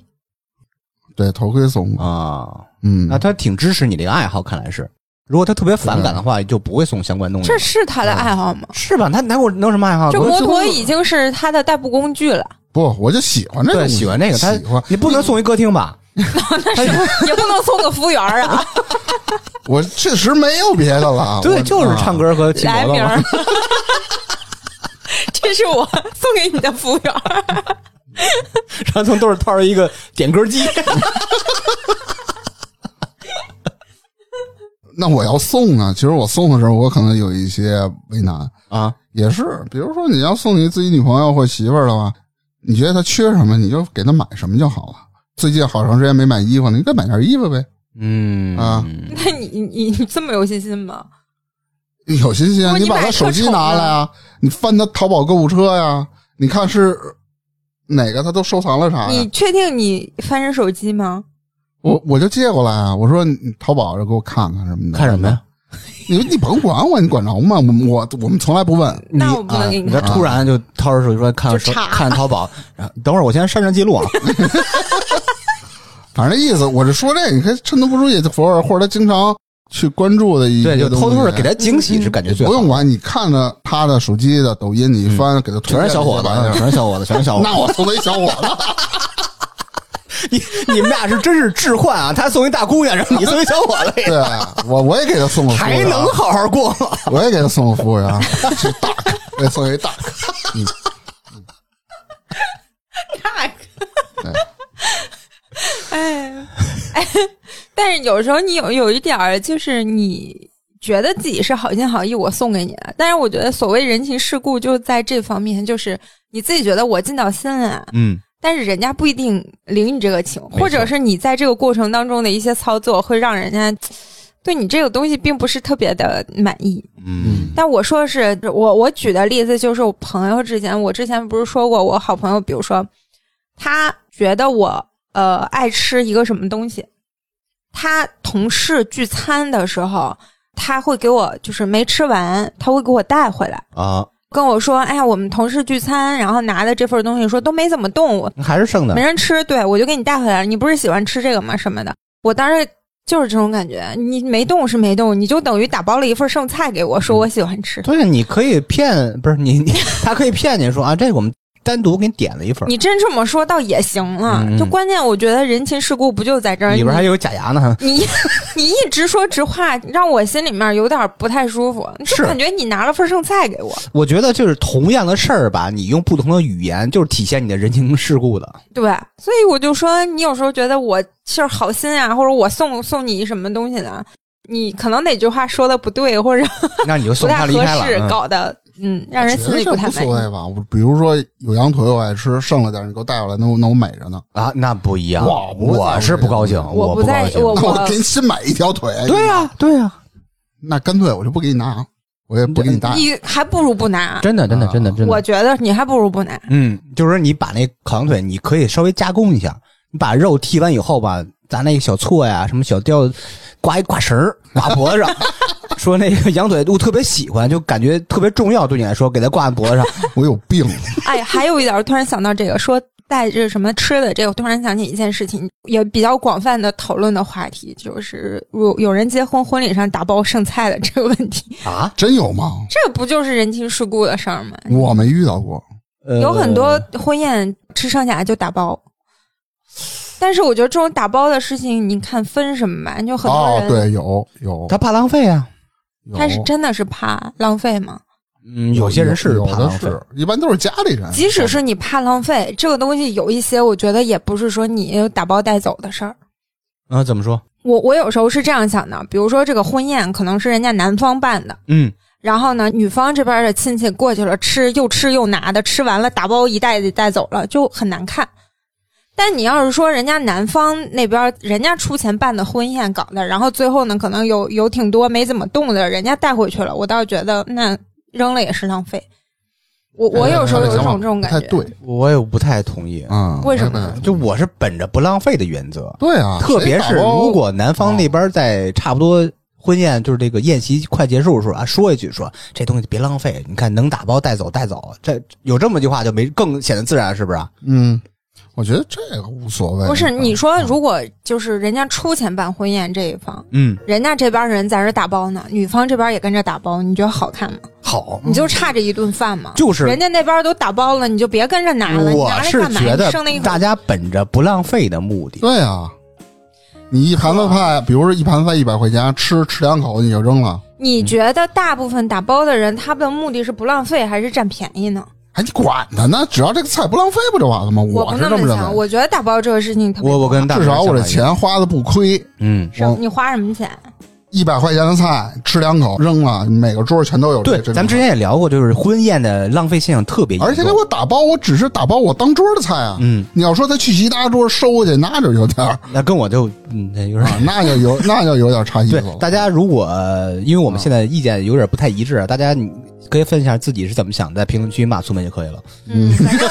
Speaker 1: 对，头盔送过，
Speaker 3: 啊，
Speaker 1: 嗯，
Speaker 3: 那他挺支持你这个爱好，看来是。如果他特别反感的话，就不会送相关东西。
Speaker 2: 这是他的爱好吗？
Speaker 3: 是吧？他哪有能有什么爱好？
Speaker 2: 这
Speaker 3: 我
Speaker 2: 摩
Speaker 3: 最
Speaker 2: 托
Speaker 3: 后
Speaker 2: 已经是他的代步工具了，
Speaker 1: 不，我就喜欢这个
Speaker 3: 对
Speaker 1: 东西，
Speaker 3: 喜欢这个，他
Speaker 1: 喜欢。
Speaker 3: 你不能送一歌厅吧？，
Speaker 2: 也不能送个服务员啊，
Speaker 1: 我确实没有别的了 (laughs)
Speaker 3: 对，
Speaker 1: 我
Speaker 3: 就是唱。
Speaker 1: 啊
Speaker 3: 歌和骑摩
Speaker 2: 来
Speaker 3: 托
Speaker 2: 名
Speaker 3: 嘛
Speaker 2: 儿。 (laughs) 这是我 (laughs) 送给你的服务员儿，
Speaker 3: (laughs) 然后从兜里掏出一个点歌机。
Speaker 1: 那我要送呢，其实我送的时候，我可能有一些为难，
Speaker 3: (laughs) 啊，
Speaker 1: 也是，比如说你要送你自己女朋友或媳妇儿的话，你觉得她缺什么，你就给她买什么就好了。最近好长时间没买衣服了，你给她买件衣服呗。
Speaker 3: 嗯
Speaker 1: 啊
Speaker 2: 那你你你你这么有信心吗？
Speaker 1: 有新
Speaker 2: 不
Speaker 1: 鲜，
Speaker 2: 是
Speaker 1: 你把
Speaker 2: 你买
Speaker 1: 她手机
Speaker 2: 特宠
Speaker 1: 拿来啊，你翻她淘宝购物车呀、你看是哪个她都收藏了啥呀、
Speaker 2: 你确定你翻身手机吗？
Speaker 1: 我我就借过来啊，我说你淘宝就给我看看什么的。
Speaker 3: 看什么呀？？
Speaker 1: 你你甭管我，你管着吗？我我我们从来不问。
Speaker 2: 那我不能给
Speaker 3: 你
Speaker 2: 你
Speaker 3: 这
Speaker 2: 看。
Speaker 3: 突然就掏出手机说看
Speaker 2: 就
Speaker 3: 手
Speaker 2: 查
Speaker 3: 看
Speaker 2: (laughs)
Speaker 3: 淘宝，然后等会儿我先删删记录啊。
Speaker 1: 反正意思，我是说这个，你看趁她不注意，偶尔或者她经常去关注的一些
Speaker 3: 对，就偷偷
Speaker 1: 东
Speaker 3: 的
Speaker 1: 西
Speaker 3: 给他惊喜是感觉最好
Speaker 1: 不用管，你看着他的手机的抖音，你翻给他推
Speaker 3: 全
Speaker 1: 荐
Speaker 3: 是小伙子
Speaker 1: 这些玩意，儿。
Speaker 3: 嗯全是小伙子，全是小伙子。
Speaker 1: 那我送他一小伙
Speaker 3: (laughs)
Speaker 1: 子，
Speaker 3: 你 (laughs) 你们俩是真是置换啊！他送一大姑娘，然后你送一小伙子，
Speaker 1: 对我我也给他送个服务
Speaker 3: (laughs)
Speaker 1: 啊
Speaker 3: 还
Speaker 1: 员，
Speaker 3: 能好好过吗？
Speaker 1: (laughs) 我也给他送个服务员， (laughs) 去大，我也送一大，嗯，
Speaker 2: 那个
Speaker 1: 对，
Speaker 2: 哎呀， (laughs) 哎，但是有时候你有有一点儿，就是你觉得自己是好心好意，我送给你的。但是我觉得所谓人情世故，就在这方面，就是你自己觉得我尽到心了，
Speaker 3: (laughs) 嗯，
Speaker 2: 但是人家不一定领你这个情，
Speaker 3: 错
Speaker 2: 或者是你在这个过程当中的一些操作，会让人家。对你这个东西并不是特别的满意，
Speaker 3: 嗯
Speaker 2: 但我说的是我我举的例子就是我朋友之前，我之前不是说过，我好朋友，比如说他觉得我呃爱吃一个什么东西，他同事聚餐的时候，他会给我就是没吃完，他会给我带回来。
Speaker 3: 啊，
Speaker 2: 跟我说，哎呀，我们同事聚餐，然后拿的这份东西说都没怎么动，我
Speaker 3: 还是剩的
Speaker 2: 没人吃，对我就给你带回来了。你不是喜欢吃这个吗？什么的，我当时就是这种感觉。你没动是没动，你就等于打包了一份剩菜给我，说我喜欢吃。
Speaker 3: 对，啊你可以骗，不是你 (laughs) 你，他可以骗你说啊，这个我们单独给你点了一份，
Speaker 2: 你真这么说倒也行啊，
Speaker 3: 嗯嗯
Speaker 2: 就关键我觉得人情世故不就在这儿？
Speaker 3: 里
Speaker 2: 你
Speaker 3: 边还有假牙呢。 (laughs)
Speaker 2: 你你一 (laughs) 直说直话，让我心里面有点不太舒服，
Speaker 3: 是
Speaker 2: 就感觉你拿了份剩菜给我，
Speaker 3: 我觉得就是同样的事儿吧，你用不同的语言，就是体现你的人情世故
Speaker 2: (laughs)
Speaker 3: 的。
Speaker 2: 对吧？所以我就说，你有时候觉得我是好心啊，或者我送送你什么东西呢？你可能哪句话说的不对，或者
Speaker 3: 那你就
Speaker 2: 不
Speaker 3: 送他
Speaker 2: 太
Speaker 3: 离
Speaker 2: 合
Speaker 3: 开了
Speaker 2: 适，
Speaker 3: 嗯。
Speaker 2: 搞得嗯让人心里
Speaker 1: 这
Speaker 2: 太
Speaker 1: 无
Speaker 2: 满
Speaker 1: 所
Speaker 2: 意。
Speaker 1: 谓吧。我比如说有羊腿我爱吃，剩了点儿你给我带过来，那我那我美着呢，
Speaker 3: 啊，那不一样，
Speaker 1: 我不在
Speaker 3: 我是不高兴，
Speaker 2: 我
Speaker 3: 我
Speaker 2: 不在
Speaker 3: 高兴。
Speaker 2: (laughs) 我
Speaker 1: 那我给你新买一条腿。
Speaker 3: 对呀、对啊呀、
Speaker 1: 那干脆我就不给你拿，我也不给你带。
Speaker 2: 你还不如不拿，
Speaker 3: 真的，真的，真的，真
Speaker 2: 我
Speaker 3: 的。
Speaker 2: 觉得你还不如不拿。
Speaker 3: 嗯，就是说你把那烤羊腿，你可以稍微加工一下，你把肉剔完以后吧，咱那个小错呀，什么小吊，挂一挂绳儿，挂脖子上。 (laughs) 说那个羊腿，我特别喜欢，就感觉特别重要，对你来说，给它挂在脖子上。
Speaker 1: 我有病，
Speaker 2: (laughs) 哎，还有一点，我突然想到这个，说带着什么吃的这个，我突然想起一件事情，也比较广泛的讨论的话题，就是有有人结婚婚礼上打包剩菜的这个问题，
Speaker 3: (laughs)
Speaker 2: (laughs)
Speaker 3: 啊，
Speaker 1: 真有吗？
Speaker 2: 这不就是人情世故的事儿吗？
Speaker 1: 我没遇到过，
Speaker 3: 呃
Speaker 2: 有很多婚宴吃剩下就打包。但是我觉得这种打包的事情，你看分什么吧，就很多
Speaker 1: 哦
Speaker 2: 人，，
Speaker 1: 对，有有，
Speaker 3: 他怕浪费啊。
Speaker 1: 有
Speaker 2: 他是真的是怕浪费吗？
Speaker 3: 嗯，有些人是
Speaker 1: 有
Speaker 3: 怕
Speaker 1: 的
Speaker 3: 浪费。
Speaker 1: 是，一般都是家里人。
Speaker 2: 即使是你怕浪费这个东西，有一些我觉得也不是说你打包带走的事儿。
Speaker 3: 啊，怎么说？
Speaker 2: 我我有时候是这样想的，比如说这个婚宴可能是人家男方办的，
Speaker 3: 嗯，
Speaker 2: 然后呢，女方这边的亲戚过去了，吃又吃又拿的，吃完了打包一袋子带走了，就很难看。但你要是说人家男方那边人家出钱办的婚宴搞的，然后最后呢，可能有有挺多没怎么动的，人家带回去了，我倒觉得那扔了也是浪费。我我
Speaker 1: 哎
Speaker 2: 有时候有一种这种感
Speaker 1: 太
Speaker 2: 觉，
Speaker 1: 对，
Speaker 3: 我也不太同意。
Speaker 1: 嗯，
Speaker 2: 为什么呢
Speaker 1: 对
Speaker 3: 就我是本着不浪费的原则，
Speaker 1: 对啊，
Speaker 3: 特别
Speaker 1: 谁
Speaker 3: 是
Speaker 1: 打包
Speaker 3: 如果男方那边在差不多婚宴就是这个宴席快结束的时候啊，说一句说这东西别浪费，你看能打包带走带走，这有这么句话就没更显得自然，是不是啊？
Speaker 1: 嗯，我觉得这个无所谓。
Speaker 2: 不是你说，
Speaker 1: 嗯
Speaker 2: 如果就是人家出钱办婚宴这一方，
Speaker 3: 嗯，
Speaker 2: 人家这边人在这打包呢，女方这边也跟着打包，你觉得好看吗？
Speaker 3: 好，
Speaker 2: 你就差这一顿饭吗？
Speaker 3: 嗯就是
Speaker 2: 人家那边都打包了，你就别跟着拿了，你
Speaker 3: 我
Speaker 2: 拿来
Speaker 3: 是
Speaker 2: 干嘛？
Speaker 3: 觉
Speaker 2: 你
Speaker 3: 得
Speaker 2: 剩那一口
Speaker 3: 大家本着不浪费的目的，
Speaker 1: 对啊，你一盘子菜，比如说一盘菜一百块钱，吃吃两口你就扔了，
Speaker 2: 你觉得大部分打包的人，他们的目的是不浪费还是占便宜呢？
Speaker 1: 还你管他呢？只要这个菜不浪费不就完了吗？
Speaker 2: 我不
Speaker 1: 是
Speaker 2: 那
Speaker 1: 这么认
Speaker 2: 想，
Speaker 1: 为。
Speaker 2: 我觉得打包这个事情特别
Speaker 3: 我我跟大
Speaker 1: 至
Speaker 3: 明儿
Speaker 1: 少我这
Speaker 3: 想法一样，
Speaker 1: 钱花的不亏，
Speaker 3: 嗯，
Speaker 2: 什么你花什么钱？
Speaker 1: 一百块钱的菜吃两口扔了，每个桌全都有这。
Speaker 3: 对，
Speaker 1: 这种
Speaker 3: 咱们之前也聊过，就是婚宴的浪费现象特别严重，
Speaker 1: 而且给我打包，我只是打包我当桌的菜啊。
Speaker 3: 嗯，
Speaker 1: 你要说他去其他桌收去，那就有点儿
Speaker 3: 那跟我就嗯，那有点
Speaker 1: 啊，那就有那就有点差异
Speaker 3: (laughs) 对
Speaker 1: 了。
Speaker 3: 大家如果呃因为我们现在意见有点不太一致，啊、大家你可以分享自己是怎么想的，在评论区骂苏梅就可以了。
Speaker 2: 嗯，反正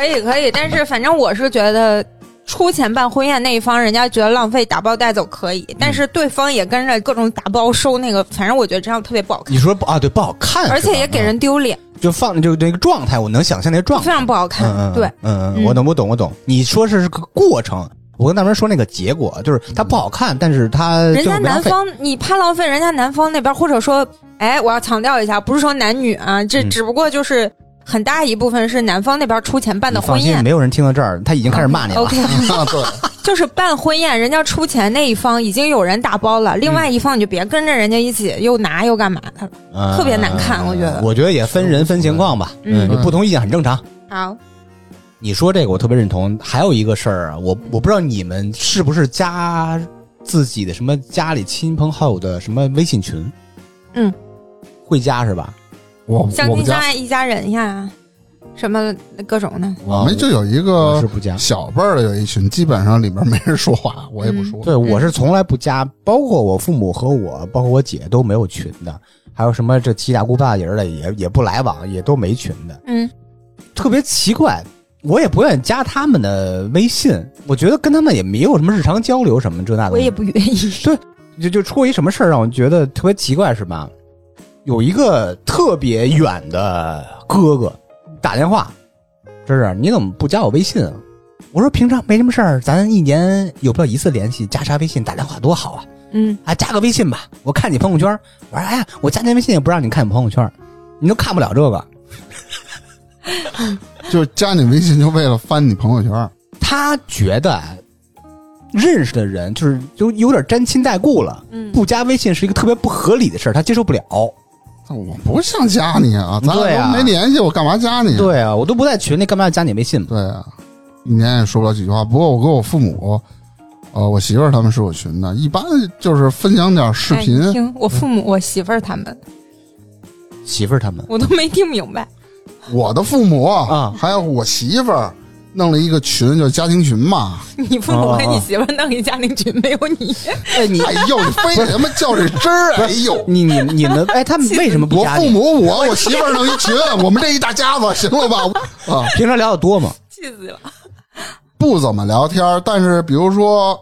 Speaker 2: 可以可以，但是反正我是觉得。出钱办婚宴那一方，人家觉得浪费，打包带走可以，但是对方也跟着各种打包收那个，反正我觉得这样特别不好看，
Speaker 3: 你说不啊？对，不好看是吧，嗯
Speaker 2: 而且也给人丢脸，
Speaker 3: 就放就那个状态，我能想象那个状
Speaker 2: 非
Speaker 3: 态。
Speaker 2: 常不好看。
Speaker 3: 嗯嗯，
Speaker 2: 对，
Speaker 3: 嗯嗯，
Speaker 2: 嗯
Speaker 3: 我懂，我懂，我懂。你说是个过程，我跟大明说那个结果，就是它不好看，但呃是它
Speaker 2: 人
Speaker 3: 最
Speaker 2: 家
Speaker 3: 后不浪
Speaker 2: 南
Speaker 3: 费。
Speaker 2: 方你怕浪费，人家南方那边或者说，哎，我要强调一下，不是说男女啊，这
Speaker 3: 嗯
Speaker 2: 只不过就是很大一部分是南方那边出钱办的
Speaker 3: 你放
Speaker 2: 婚
Speaker 3: 心，
Speaker 2: 宴。嗯
Speaker 3: 没有人听到这儿，他已经开始骂你了。 (laughs)
Speaker 2: OK，
Speaker 1: 啊， (laughs) 对，
Speaker 2: 就是办婚宴，人家出钱那一方已经有人打包了，另外一方你就别跟着人家一起又拿又干嘛的了。
Speaker 3: 嗯
Speaker 2: 特别难看
Speaker 3: 嗯
Speaker 2: 我觉得
Speaker 3: 我觉得也分人分情况吧，
Speaker 2: 嗯
Speaker 3: 有不同意见很正常。
Speaker 2: 好，
Speaker 3: 你说这个我特别认同。还有一个事儿啊，我我不知道你们是不是加自己的什么家里亲朋好友的什么微信群？
Speaker 2: 嗯，
Speaker 3: 会加是吧？
Speaker 1: 我
Speaker 2: 相
Speaker 1: 我不
Speaker 2: 亲相
Speaker 1: 加，
Speaker 2: 爱一家人呀，什么各种的。
Speaker 1: 我
Speaker 3: 哦
Speaker 1: 们就有一
Speaker 3: 我
Speaker 1: 个
Speaker 3: 是不加。
Speaker 1: 小辈儿的有一群，基本上里边没人说话，我也不说。
Speaker 3: 对，我是从来不加，包括我父母和我，包括我姐都没有群的，还有什么这七大姑八大姨儿的也也不来往，也都没群的，
Speaker 2: 嗯，
Speaker 3: 特别奇怪。我也不愿意加他们的微信，我觉得跟他们也没有什么日常交流什么这那的。
Speaker 2: 我也不愿意。
Speaker 3: 就就出过一什么事儿让我觉得特别奇怪是吧？有一个特别远的哥哥打电话，这是你怎么不加我微信啊？我说平常没什么事儿，咱一年有不了一次联系，加啥微信打电话多好啊！
Speaker 2: 嗯，
Speaker 3: 啊，加个微信吧，我看你朋友圈。我说哎呀，我加您微信也不让你看你朋友圈，你都看不了这个。
Speaker 1: 就加你微信就为了翻你朋友圈，
Speaker 3: 他觉得认识的人就是就有点沾亲带故了，
Speaker 2: 嗯
Speaker 3: 不加微信是一个特别不合理的事儿，他接受不了。
Speaker 1: 我不想加你啊，咱
Speaker 3: 对啊
Speaker 1: 俩都没联系，我干嘛加你？
Speaker 3: 对啊，我都不在群里，干嘛要加你微信嘛？
Speaker 1: 对啊，一年也说不了几句话。不过我跟我父母，呃，我媳妇儿他们是有群的，一般就是分享点视
Speaker 2: 哎
Speaker 1: 频
Speaker 2: 你。听我父母、我媳妇儿他们，
Speaker 3: 媳妇儿他们
Speaker 2: 我都没听明白。
Speaker 1: 我的父母
Speaker 3: 啊
Speaker 1: 还有我媳妇儿弄了一个群，就是家庭群嘛。
Speaker 2: (laughs) 你父
Speaker 3: 哦
Speaker 2: 母和你媳妇儿弄一家庭群，没有你， (laughs)
Speaker 3: 哎，你
Speaker 1: 哎呦，你非得他妈较这真儿！哎呦，
Speaker 3: 你你
Speaker 1: (laughs)
Speaker 3: 你们哎，他们为什么不
Speaker 1: 我
Speaker 3: 加
Speaker 1: 父
Speaker 3: 你？
Speaker 1: 母我我媳妇儿弄一群，我们这一大家子，行了吧？啊，
Speaker 3: 平常聊的多吗？
Speaker 2: 气死了。
Speaker 1: 不怎么聊天儿，但是比如说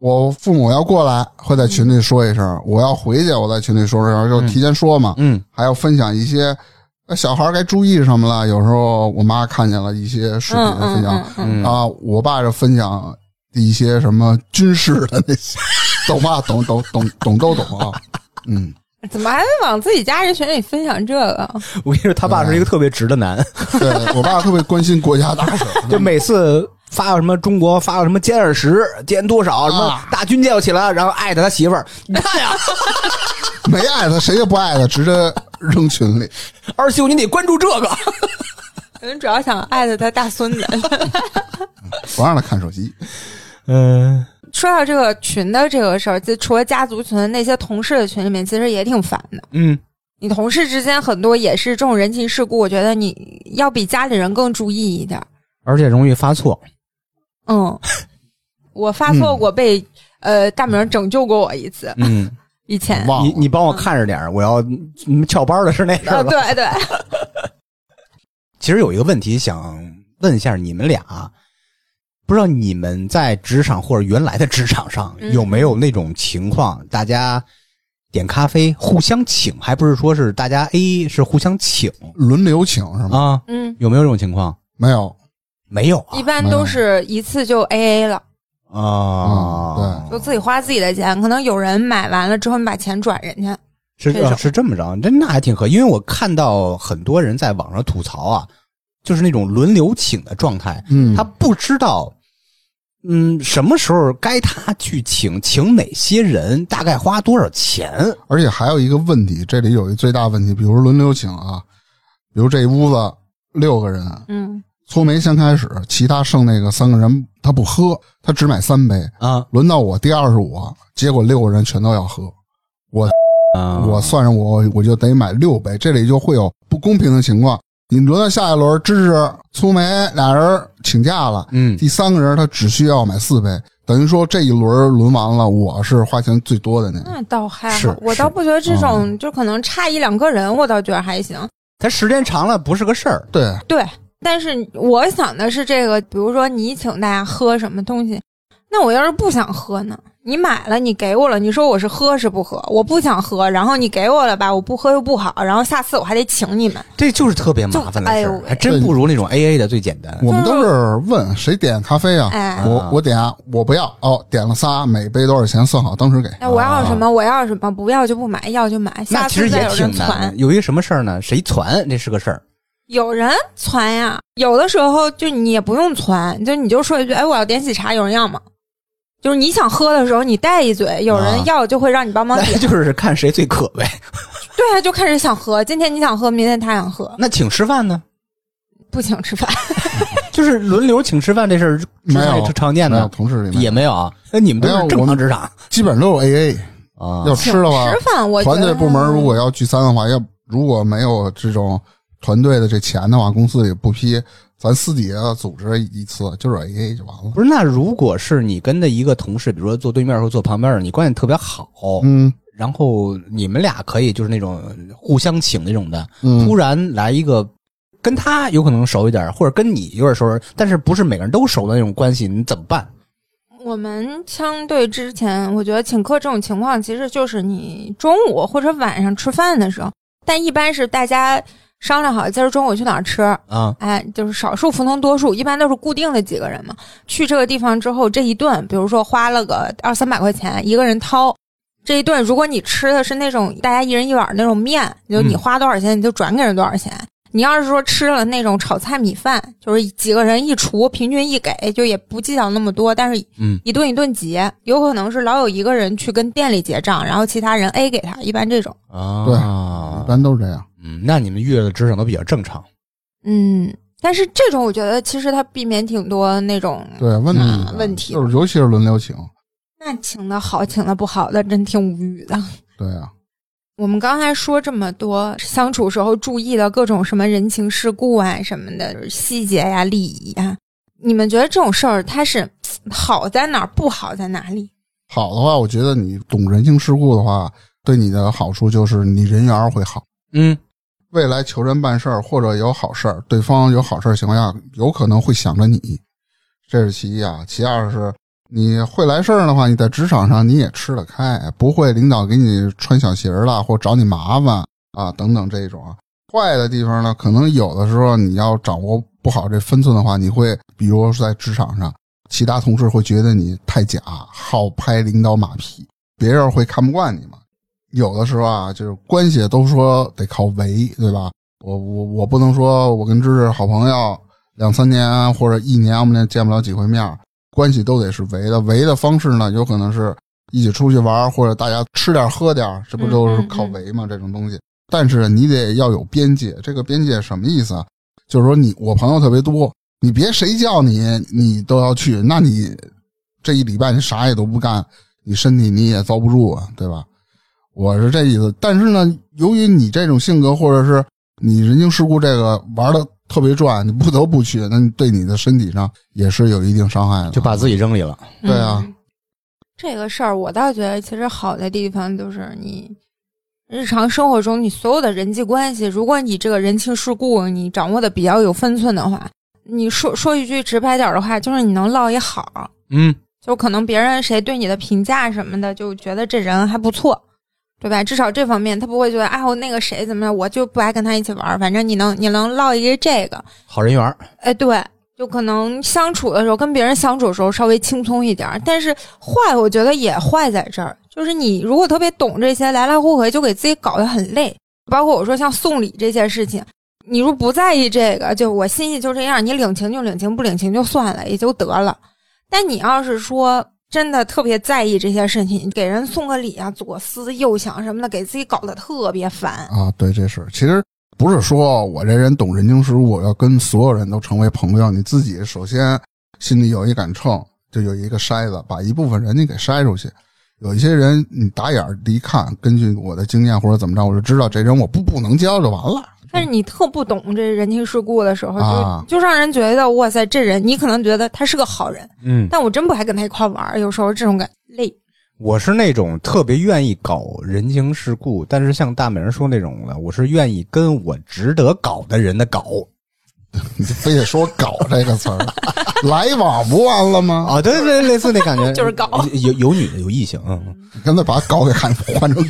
Speaker 1: 我父母要过来，会在群里说一声；我要回去，我在群里说声，就提前说嘛。
Speaker 3: 嗯，
Speaker 1: 还要分享一些呃小孩儿该注意什么了。有时候我妈看见了一些视频分
Speaker 2: 嗯嗯
Speaker 1: 享
Speaker 2: 嗯嗯，
Speaker 1: 啊，我爸就分享一些什么军事的那些，懂吧？懂懂懂懂都懂啊。嗯，
Speaker 2: 怎么还会往自己家人群里分享这个？
Speaker 3: 我跟你说，他爸是一个特别直的男，
Speaker 1: 对我爸特别关心国家大事，
Speaker 3: 就每次发个什么中国发个什么歼二十、歼多少什么
Speaker 1: 啊
Speaker 3: 大军舰起来，然后艾特他媳妇儿，你看呀，
Speaker 1: 没爱他谁也不爱他，直接扔群里。
Speaker 3: 二舅你得关注这个。
Speaker 2: 可能主要想艾特他大孙子。
Speaker 1: 不让他看手机。
Speaker 3: 嗯，
Speaker 2: (laughs) 说到这个群的这个事儿，就除了家族群，那些同事的群里面其实也挺烦的。
Speaker 3: 嗯，
Speaker 2: 你同事之间很多也是这种人情世故，我觉得你要比家里人更注意一点儿。
Speaker 3: 而且容易发错。 (laughs)
Speaker 2: 嗯，我发错过被、呃大明儿拯救过我一次，
Speaker 3: 嗯，
Speaker 2: 以前
Speaker 1: 忘
Speaker 3: 你
Speaker 1: 了
Speaker 3: 你帮我看着点儿，我要嗯翘班的是那事
Speaker 2: 啊
Speaker 3: 儿吧？
Speaker 2: 对对，
Speaker 3: 其实有一个问题想问一下你们俩，不知道你们在职场或者原来的职场上
Speaker 2: 嗯
Speaker 3: 有没有那种情况，大家点咖啡互相请，还不是说是大家 A 是互相请
Speaker 1: 轮流请是吗？
Speaker 3: 啊？
Speaker 2: 嗯，
Speaker 3: 有没有这种情况？
Speaker 1: 没有，
Speaker 3: 没有啊
Speaker 2: 一般都是一次就 A A 了，
Speaker 3: 啊
Speaker 1: 嗯，
Speaker 2: 就自己花自己的钱。可能有人买完了之后，你把钱转人家。
Speaker 3: 是啊
Speaker 2: 这种
Speaker 3: 是这么着，真那还挺合，因为我看到很多人在网上吐槽啊，就是那种轮流请的状态，
Speaker 1: 嗯，
Speaker 3: 他不知道，嗯，什么时候该他去请， (laughs) 请哪些人，大概花多少钱，
Speaker 1: 而且还有一个问题，这里有一最大问题，比如轮流请啊，比如这一屋子六个人，
Speaker 2: 嗯，
Speaker 1: 粗梅先开始，其他剩那个三个人他不喝，他只买三杯，
Speaker 3: 啊
Speaker 1: 轮到我第二是我，结果六个人全都要喝，
Speaker 3: 啊
Speaker 1: 我算上我我就得买六杯，这里就会有不公平的情况。你轮到下一轮，芝芝、粗梅俩人请假了，
Speaker 3: 嗯
Speaker 1: 第三个人他只需要买四杯，等于说这一轮轮完了，我是花钱最多的那个。
Speaker 3: 嗯
Speaker 2: 那倒还
Speaker 3: 是
Speaker 2: 好，我
Speaker 3: 是嗯
Speaker 2: 倒不觉得这种就可能差一两个人，我倒觉得还行。
Speaker 3: 他时间长了不是个事儿，
Speaker 1: 对，
Speaker 2: 对，但是我想的是这个，比如说你请大家喝什么东西，那我要是不想喝呢？你买了，你给我了，你说我是喝是不喝？我不想喝，然后你给我了吧，我不喝又不好，然后下次我还得请你们。
Speaker 3: 这就是特别麻烦
Speaker 2: 就
Speaker 3: 的
Speaker 2: 哎
Speaker 3: 事
Speaker 2: 呦
Speaker 3: 儿，
Speaker 2: 喂
Speaker 3: 还真不如那种 A A 的最简单。
Speaker 1: 我们都是问谁点咖啡啊？
Speaker 2: 哎
Speaker 1: 我我点啊，我不要哦，点了仨，每杯多少钱算好，当时给。
Speaker 2: 哎，我要什么？我要什么？不要就不买，要就买。
Speaker 3: 啊那
Speaker 2: 下
Speaker 3: 其实
Speaker 2: 次再
Speaker 3: 也
Speaker 2: 有
Speaker 3: 挺
Speaker 2: 人
Speaker 3: 难
Speaker 2: 传
Speaker 3: 的，，有一个什么事儿呢？谁传这是个事儿，
Speaker 2: 有人传呀。有的时候就你也不用传，就你就说一句：“哎，我要点喜茶，有人要吗？”就是你想喝的时候，你带一嘴，有
Speaker 3: 啊
Speaker 2: 人要就会让你帮忙
Speaker 3: 那
Speaker 1: (laughs)
Speaker 2: 点。
Speaker 3: 就是看谁最渴
Speaker 2: (laughs)
Speaker 3: 呗。
Speaker 2: 对啊，就开始想喝。今天你想喝，明天他想喝，
Speaker 3: 那请吃饭呢？
Speaker 2: 不请吃
Speaker 1: 啊
Speaker 2: 饭。
Speaker 3: 就是轮流请吃饭这事儿，
Speaker 1: 没有
Speaker 3: 这常见
Speaker 1: 没有
Speaker 3: 的
Speaker 1: 同事里面
Speaker 3: 也没有啊。那你们都
Speaker 1: 没
Speaker 3: 是
Speaker 1: 有
Speaker 3: 正
Speaker 1: 我啊
Speaker 3: 常
Speaker 1: 们
Speaker 3: 职场啊
Speaker 1: 基本都是 A A。要
Speaker 3: 嗯
Speaker 1: 吃的话
Speaker 2: 请，吃饭我觉
Speaker 1: 团
Speaker 2: 得
Speaker 1: 队部门如果要聚餐的话，要如果没有这种团队的这钱的话，公司也不批，咱私底下组织一次，就是 A A 就完了。
Speaker 3: 不是，那如果是你跟的一个同事，比如说坐对面或坐旁边儿，你关系特别好，
Speaker 1: 嗯
Speaker 3: 然后你们俩可以就是那种互相请那种的，
Speaker 1: 嗯
Speaker 3: 突，然来一个跟他有可能熟一点儿，或者跟你有点熟，但是不是每个人都熟的那种关系，你怎么办？
Speaker 2: 我们相对之前，我觉得请客这种情况，其实就是你中午或者晚上吃饭的时候，但一般是大家商量好今儿中午去哪儿吃，
Speaker 3: 啊
Speaker 2: 哎，就是少数服从多数，一般都是固定的几个人嘛。去这个地方之后，这一顿，比如说花了个二三百块钱，一个人掏。这一顿，如果你吃的是那种大家一人一碗那种面，就你
Speaker 3: 嗯
Speaker 2: 花多少钱你就转给人多少钱。你要是说吃了那种炒菜米饭，就是几个人一厨，平均一给，就也不计较那么多，但是
Speaker 3: 嗯
Speaker 2: 一顿一顿结，有可能是老有一个人去跟店里结账，然后其他人 A 给他，一般这种，
Speaker 1: 一
Speaker 3: 啊，
Speaker 1: 般都是这样。
Speaker 3: 嗯，那你们遇到的职场都比较正常，
Speaker 2: 嗯，但是这种我觉得其实它避免挺多那种
Speaker 1: 对，啊问题、
Speaker 2: 嗯问题
Speaker 1: 就是尤其是轮流请。
Speaker 2: 那请的好，请的不好的，真挺无语的。
Speaker 1: 对啊，
Speaker 2: 我们刚才说这么多相处时候注意的各种什么人情世故啊什么的细节呀、礼仪啊，你们觉得这种事儿它是嘖好在哪儿，不好在哪里？
Speaker 1: 好的话，我觉得你懂人情世故的话，对你的好处就是你人缘儿会好。
Speaker 3: 嗯
Speaker 1: 未来求人办事儿或者有好事儿，对方有好事儿情况下，有可能会想着你，这是其一啊。其二是你会来事儿的话，你在职场上你也吃得开，不会领导给你穿小鞋儿了或找你麻烦啊等等这种啊。坏的地方呢，可能有的时候你要掌握不好这分寸的话，你会比如说在职场上，其他同事会觉得你太假，好拍领导马屁，别人会看不惯你嘛。有的时候啊，就是关系都说得靠维，对吧？我我我不能说我跟芝芝好朋友两三年或者一年，我们也见不了几回面儿，关系都得是维的。维的方式呢，有可能是一起出去玩儿，或者大家吃点儿喝点儿，这不都是靠维嘛？这种东西。但是你得要有边界，这个边界什么意思啊？就是说你我朋友特别多，你别谁叫你你都要去，那你这一礼拜你啥也都不干，你身体你也遭不住啊，对吧？我是这意思。但是呢，由于你这种性格，或者是你人情世故这个玩的特别转，你不得不去，那你对你的身体上也是有一定伤害的。
Speaker 3: 就把自己扔里了。
Speaker 2: 嗯
Speaker 1: 对啊，
Speaker 2: 这个事儿我倒觉得其实好的地方就是你日常生活中你所有的人际关系，如果你这个人情世故你掌握的比较有分寸的话，你说说一句直白点儿的话，就是你能落一好，
Speaker 3: 嗯，
Speaker 2: 就可能别人谁对你的评价什么的，就觉得这人还不错，对吧？至少这方面他不会觉得啊，我那个谁怎么样，我就不爱跟他一起玩儿。反正你能你能落一个这个，
Speaker 3: 好人缘儿，
Speaker 2: 哎，对，就可能相处的时候跟别人相处的时候稍微轻松一点儿，但是坏，我觉得也坏在这儿，就是你如果特别懂这些，来来回回就给自己搞得很累。包括我说像送礼这件事情，你如果不在意这个，就我心意就这样，你领情就领情，不领情就算了，也就得了。但你要是说真的特别在意这些事情，你给人送个礼啊，左思右想什么的，给自己搞得特别烦。
Speaker 1: 啊，对这事儿，其实不是说我这人懂人情世故，我要跟所有人都成为朋友。你自己首先心里有一杆秤，就有一个筛子，把一部分人你给筛出去。有一些人你打眼儿一看，根据我的经验或者怎么着，我就知道这人我不不能交就完了。
Speaker 2: 但是你特不懂这人情世故的时候，就、
Speaker 1: 嗯啊
Speaker 2: 就让人觉得哇塞，这人你可能觉得他是个好人，
Speaker 3: 嗯，
Speaker 2: 但我真不爱跟他一块玩儿，有时候这种感累。
Speaker 3: 我是那种特别愿意搞人情世故，但是像大美人说那种的，我是愿意跟我值得搞的人的搞 (laughs)
Speaker 1: 你就非得说“搞”这个词儿，来往不完了吗？
Speaker 3: 啊，对对对，类似那 (laughs) 感觉，
Speaker 2: 就是搞
Speaker 3: 有有女的有异性，嗯，
Speaker 1: 你干脆把“搞”给喊换成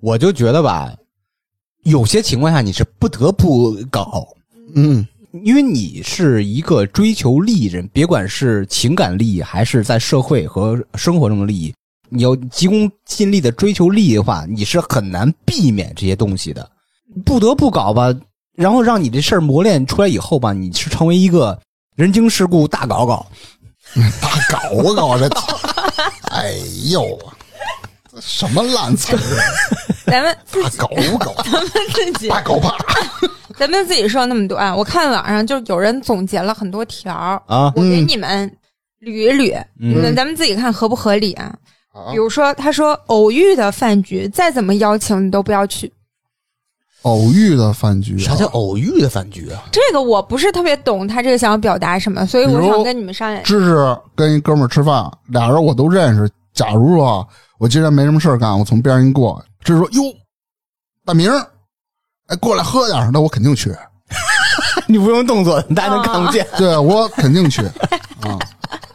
Speaker 3: 我就觉得吧，有些情况下你是不得不搞，
Speaker 1: 嗯
Speaker 3: 因为你是一个追求利益人，别管是情感利益还是在社会和生活中的利益，你要急功近利的追求利益的话，你是很难避免这些东西的，不得不搞吧。然后让你这事儿磨练出来以后吧，你是成为一个人情世故大搞搞。
Speaker 1: 大搞搞这，哎呦，这什么烂词儿？(laughs)
Speaker 2: 咱们自
Speaker 1: 大搞搞，
Speaker 2: 自己
Speaker 1: 大搞吧。
Speaker 2: 咱们自己说那么多啊，我看网上就有人总结了很多条儿
Speaker 3: 啊
Speaker 2: 我
Speaker 1: 嗯
Speaker 2: 给你们捋一捋，你们咱们自己看合不合理啊？
Speaker 1: 啊
Speaker 2: 比如说，他说偶遇的饭局，再怎么邀请你都不要去。
Speaker 1: 偶遇的饭局、啊，
Speaker 3: 偶遇的饭局啊？
Speaker 2: 这个我不是特别懂他这个想要表达什么，所以我
Speaker 1: 比如
Speaker 2: 想跟你们商量。
Speaker 1: 芝芝跟一哥们儿吃饭，俩人我都认识。假如说啊我今天没什么事儿干，我从边上一过，芝芝说：“哟，大明儿，哎，过来喝点儿。”那我肯定去，
Speaker 3: (laughs) 你不用动作，大家能看不见。
Speaker 2: (laughs)
Speaker 1: 对我肯定去啊。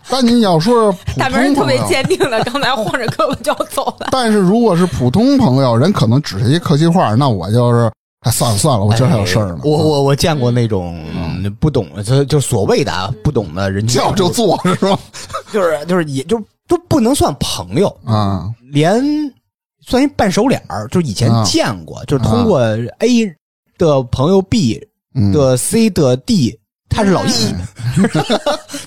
Speaker 1: 但你要说是普
Speaker 2: 大
Speaker 1: 通
Speaker 2: 明儿特
Speaker 1: 朋
Speaker 2: 别
Speaker 1: 友，
Speaker 2: 坚定的，刚才晃着胳膊就要走了。
Speaker 1: 但是如果是普通朋友，人可能只是一客气话，那我就是，哎，算了算哎了，我今儿还有事儿呢。
Speaker 3: 哎我我我见过那种、嗯、不懂的，就就所谓的啊不懂的人情世
Speaker 1: 叫
Speaker 3: 故
Speaker 1: 就做是吧？
Speaker 3: 就是就是也就都不能算朋友，
Speaker 1: 啊，
Speaker 3: 连算一半熟脸儿，就是以前
Speaker 1: 啊
Speaker 3: 见过，就是通过 A 的朋友 B
Speaker 1: 嗯，
Speaker 3: 的 C 的 D，他是老易， (laughs)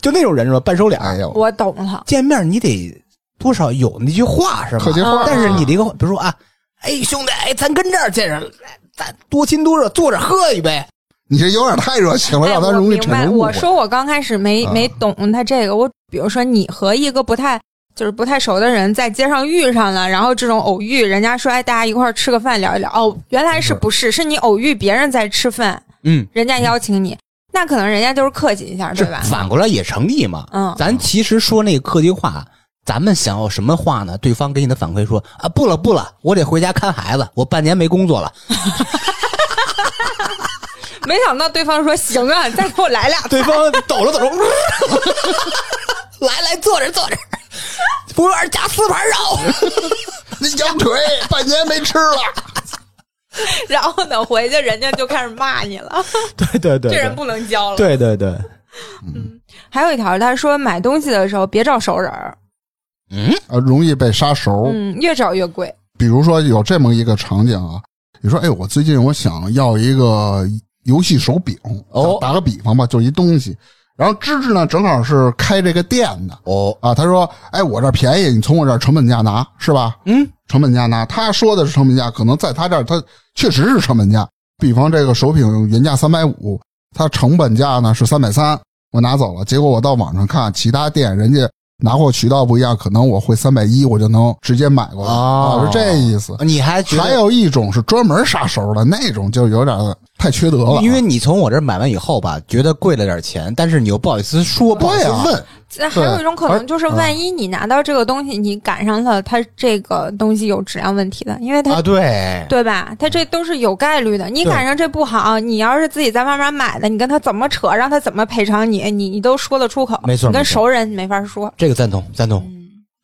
Speaker 3: 就那种人是吧？半熟脸
Speaker 1: 哎
Speaker 3: 儿，
Speaker 1: 呦，
Speaker 2: 我懂了，
Speaker 3: 见面你得多少有那句话是吧
Speaker 1: 客？气
Speaker 2: 嗯
Speaker 1: 话，
Speaker 3: 但是你这个比如说啊，哎兄弟，哎咱跟这儿见着，咱多亲多热，坐着喝一杯，
Speaker 1: 你这有点太热情了，
Speaker 2: 哎
Speaker 1: 让
Speaker 2: 我
Speaker 1: 他容易
Speaker 2: 明
Speaker 1: 产
Speaker 2: 白。
Speaker 1: 生误
Speaker 2: 我
Speaker 3: 啊
Speaker 1: 会。
Speaker 2: 说我刚开始没、
Speaker 1: 啊
Speaker 2: 没懂他这个，我比如说你和一个不太就是不太熟的人在街上遇上了，然后这种偶遇，人家说哎大家一块儿吃个饭聊一聊，哦原来是不是是你偶遇别人在吃饭，
Speaker 3: 嗯，
Speaker 2: 人家邀请你，那可能人家就是客气一下，
Speaker 3: 这
Speaker 2: 对吧？
Speaker 3: 反过来也成立嘛。
Speaker 2: 嗯
Speaker 3: 咱其实说那个客气话，咱们想要什么话呢？对方给你的反馈说啊，不了不了，我得回家看孩子，我半年没工作了。。
Speaker 2: 没想到对方说行啊，再给我来俩
Speaker 3: 对方抖了抖了， (laughs) 来来坐着坐着，服务员加四盘肉。
Speaker 1: 那羊腿半年没吃了，
Speaker 2: 然后呢，回去人家就开始骂你了，
Speaker 3: 对对 (laughs) 对
Speaker 2: 这人不能交了。
Speaker 3: 对对对，
Speaker 2: 还有一条，他说买东西的时候别找熟人儿，
Speaker 3: 嗯，
Speaker 1: 呃，容易被杀
Speaker 3: 哦
Speaker 1: 熟。
Speaker 2: 嗯，越找越贵。
Speaker 1: 比如说有这么一个场景啊，你说，哎，我最近我想要一个游戏手柄，
Speaker 3: 哦
Speaker 1: 打个比方吧，就一东西。然后芝芝呢，正好是开这个店的
Speaker 3: 哦，
Speaker 1: 啊，他说，哎，我这儿便宜，你从我这儿成本价拿是吧？
Speaker 3: 嗯，
Speaker 1: 成本价拿，他说的是成本价，可能在他这儿他确实是成本价。比方这个手柄原价三百五，它成本价呢是三百三，我拿走了，结果我到网上看其他店人家。拿货渠道不一样，可能我会三百一，我就能直接买过来、啊啊，
Speaker 3: 哦
Speaker 1: 是这意思。
Speaker 3: 你还觉得
Speaker 1: 还有一种是专门杀熟的那种，就有点太缺德了。啊
Speaker 3: 因为你从我这儿买完以后吧，觉得贵了点钱，但是你又不好意思说，不好意思
Speaker 1: 对啊
Speaker 3: 问，
Speaker 2: 这还有一种可能就是，
Speaker 3: 嗯
Speaker 2: 万一你拿到这个东西，你赶上了它这个东西有质量问题的，因为它、
Speaker 3: 啊，对，
Speaker 2: 对吧？它这都是有概率的。你
Speaker 3: 对
Speaker 2: 赶上这不好，你要是自己在外面买的，你跟他怎么扯，让他怎么赔偿你，你你都说得出口。
Speaker 3: 没错
Speaker 2: 你跟
Speaker 3: 没错
Speaker 2: 熟人没法说。
Speaker 3: 这个赞同赞同。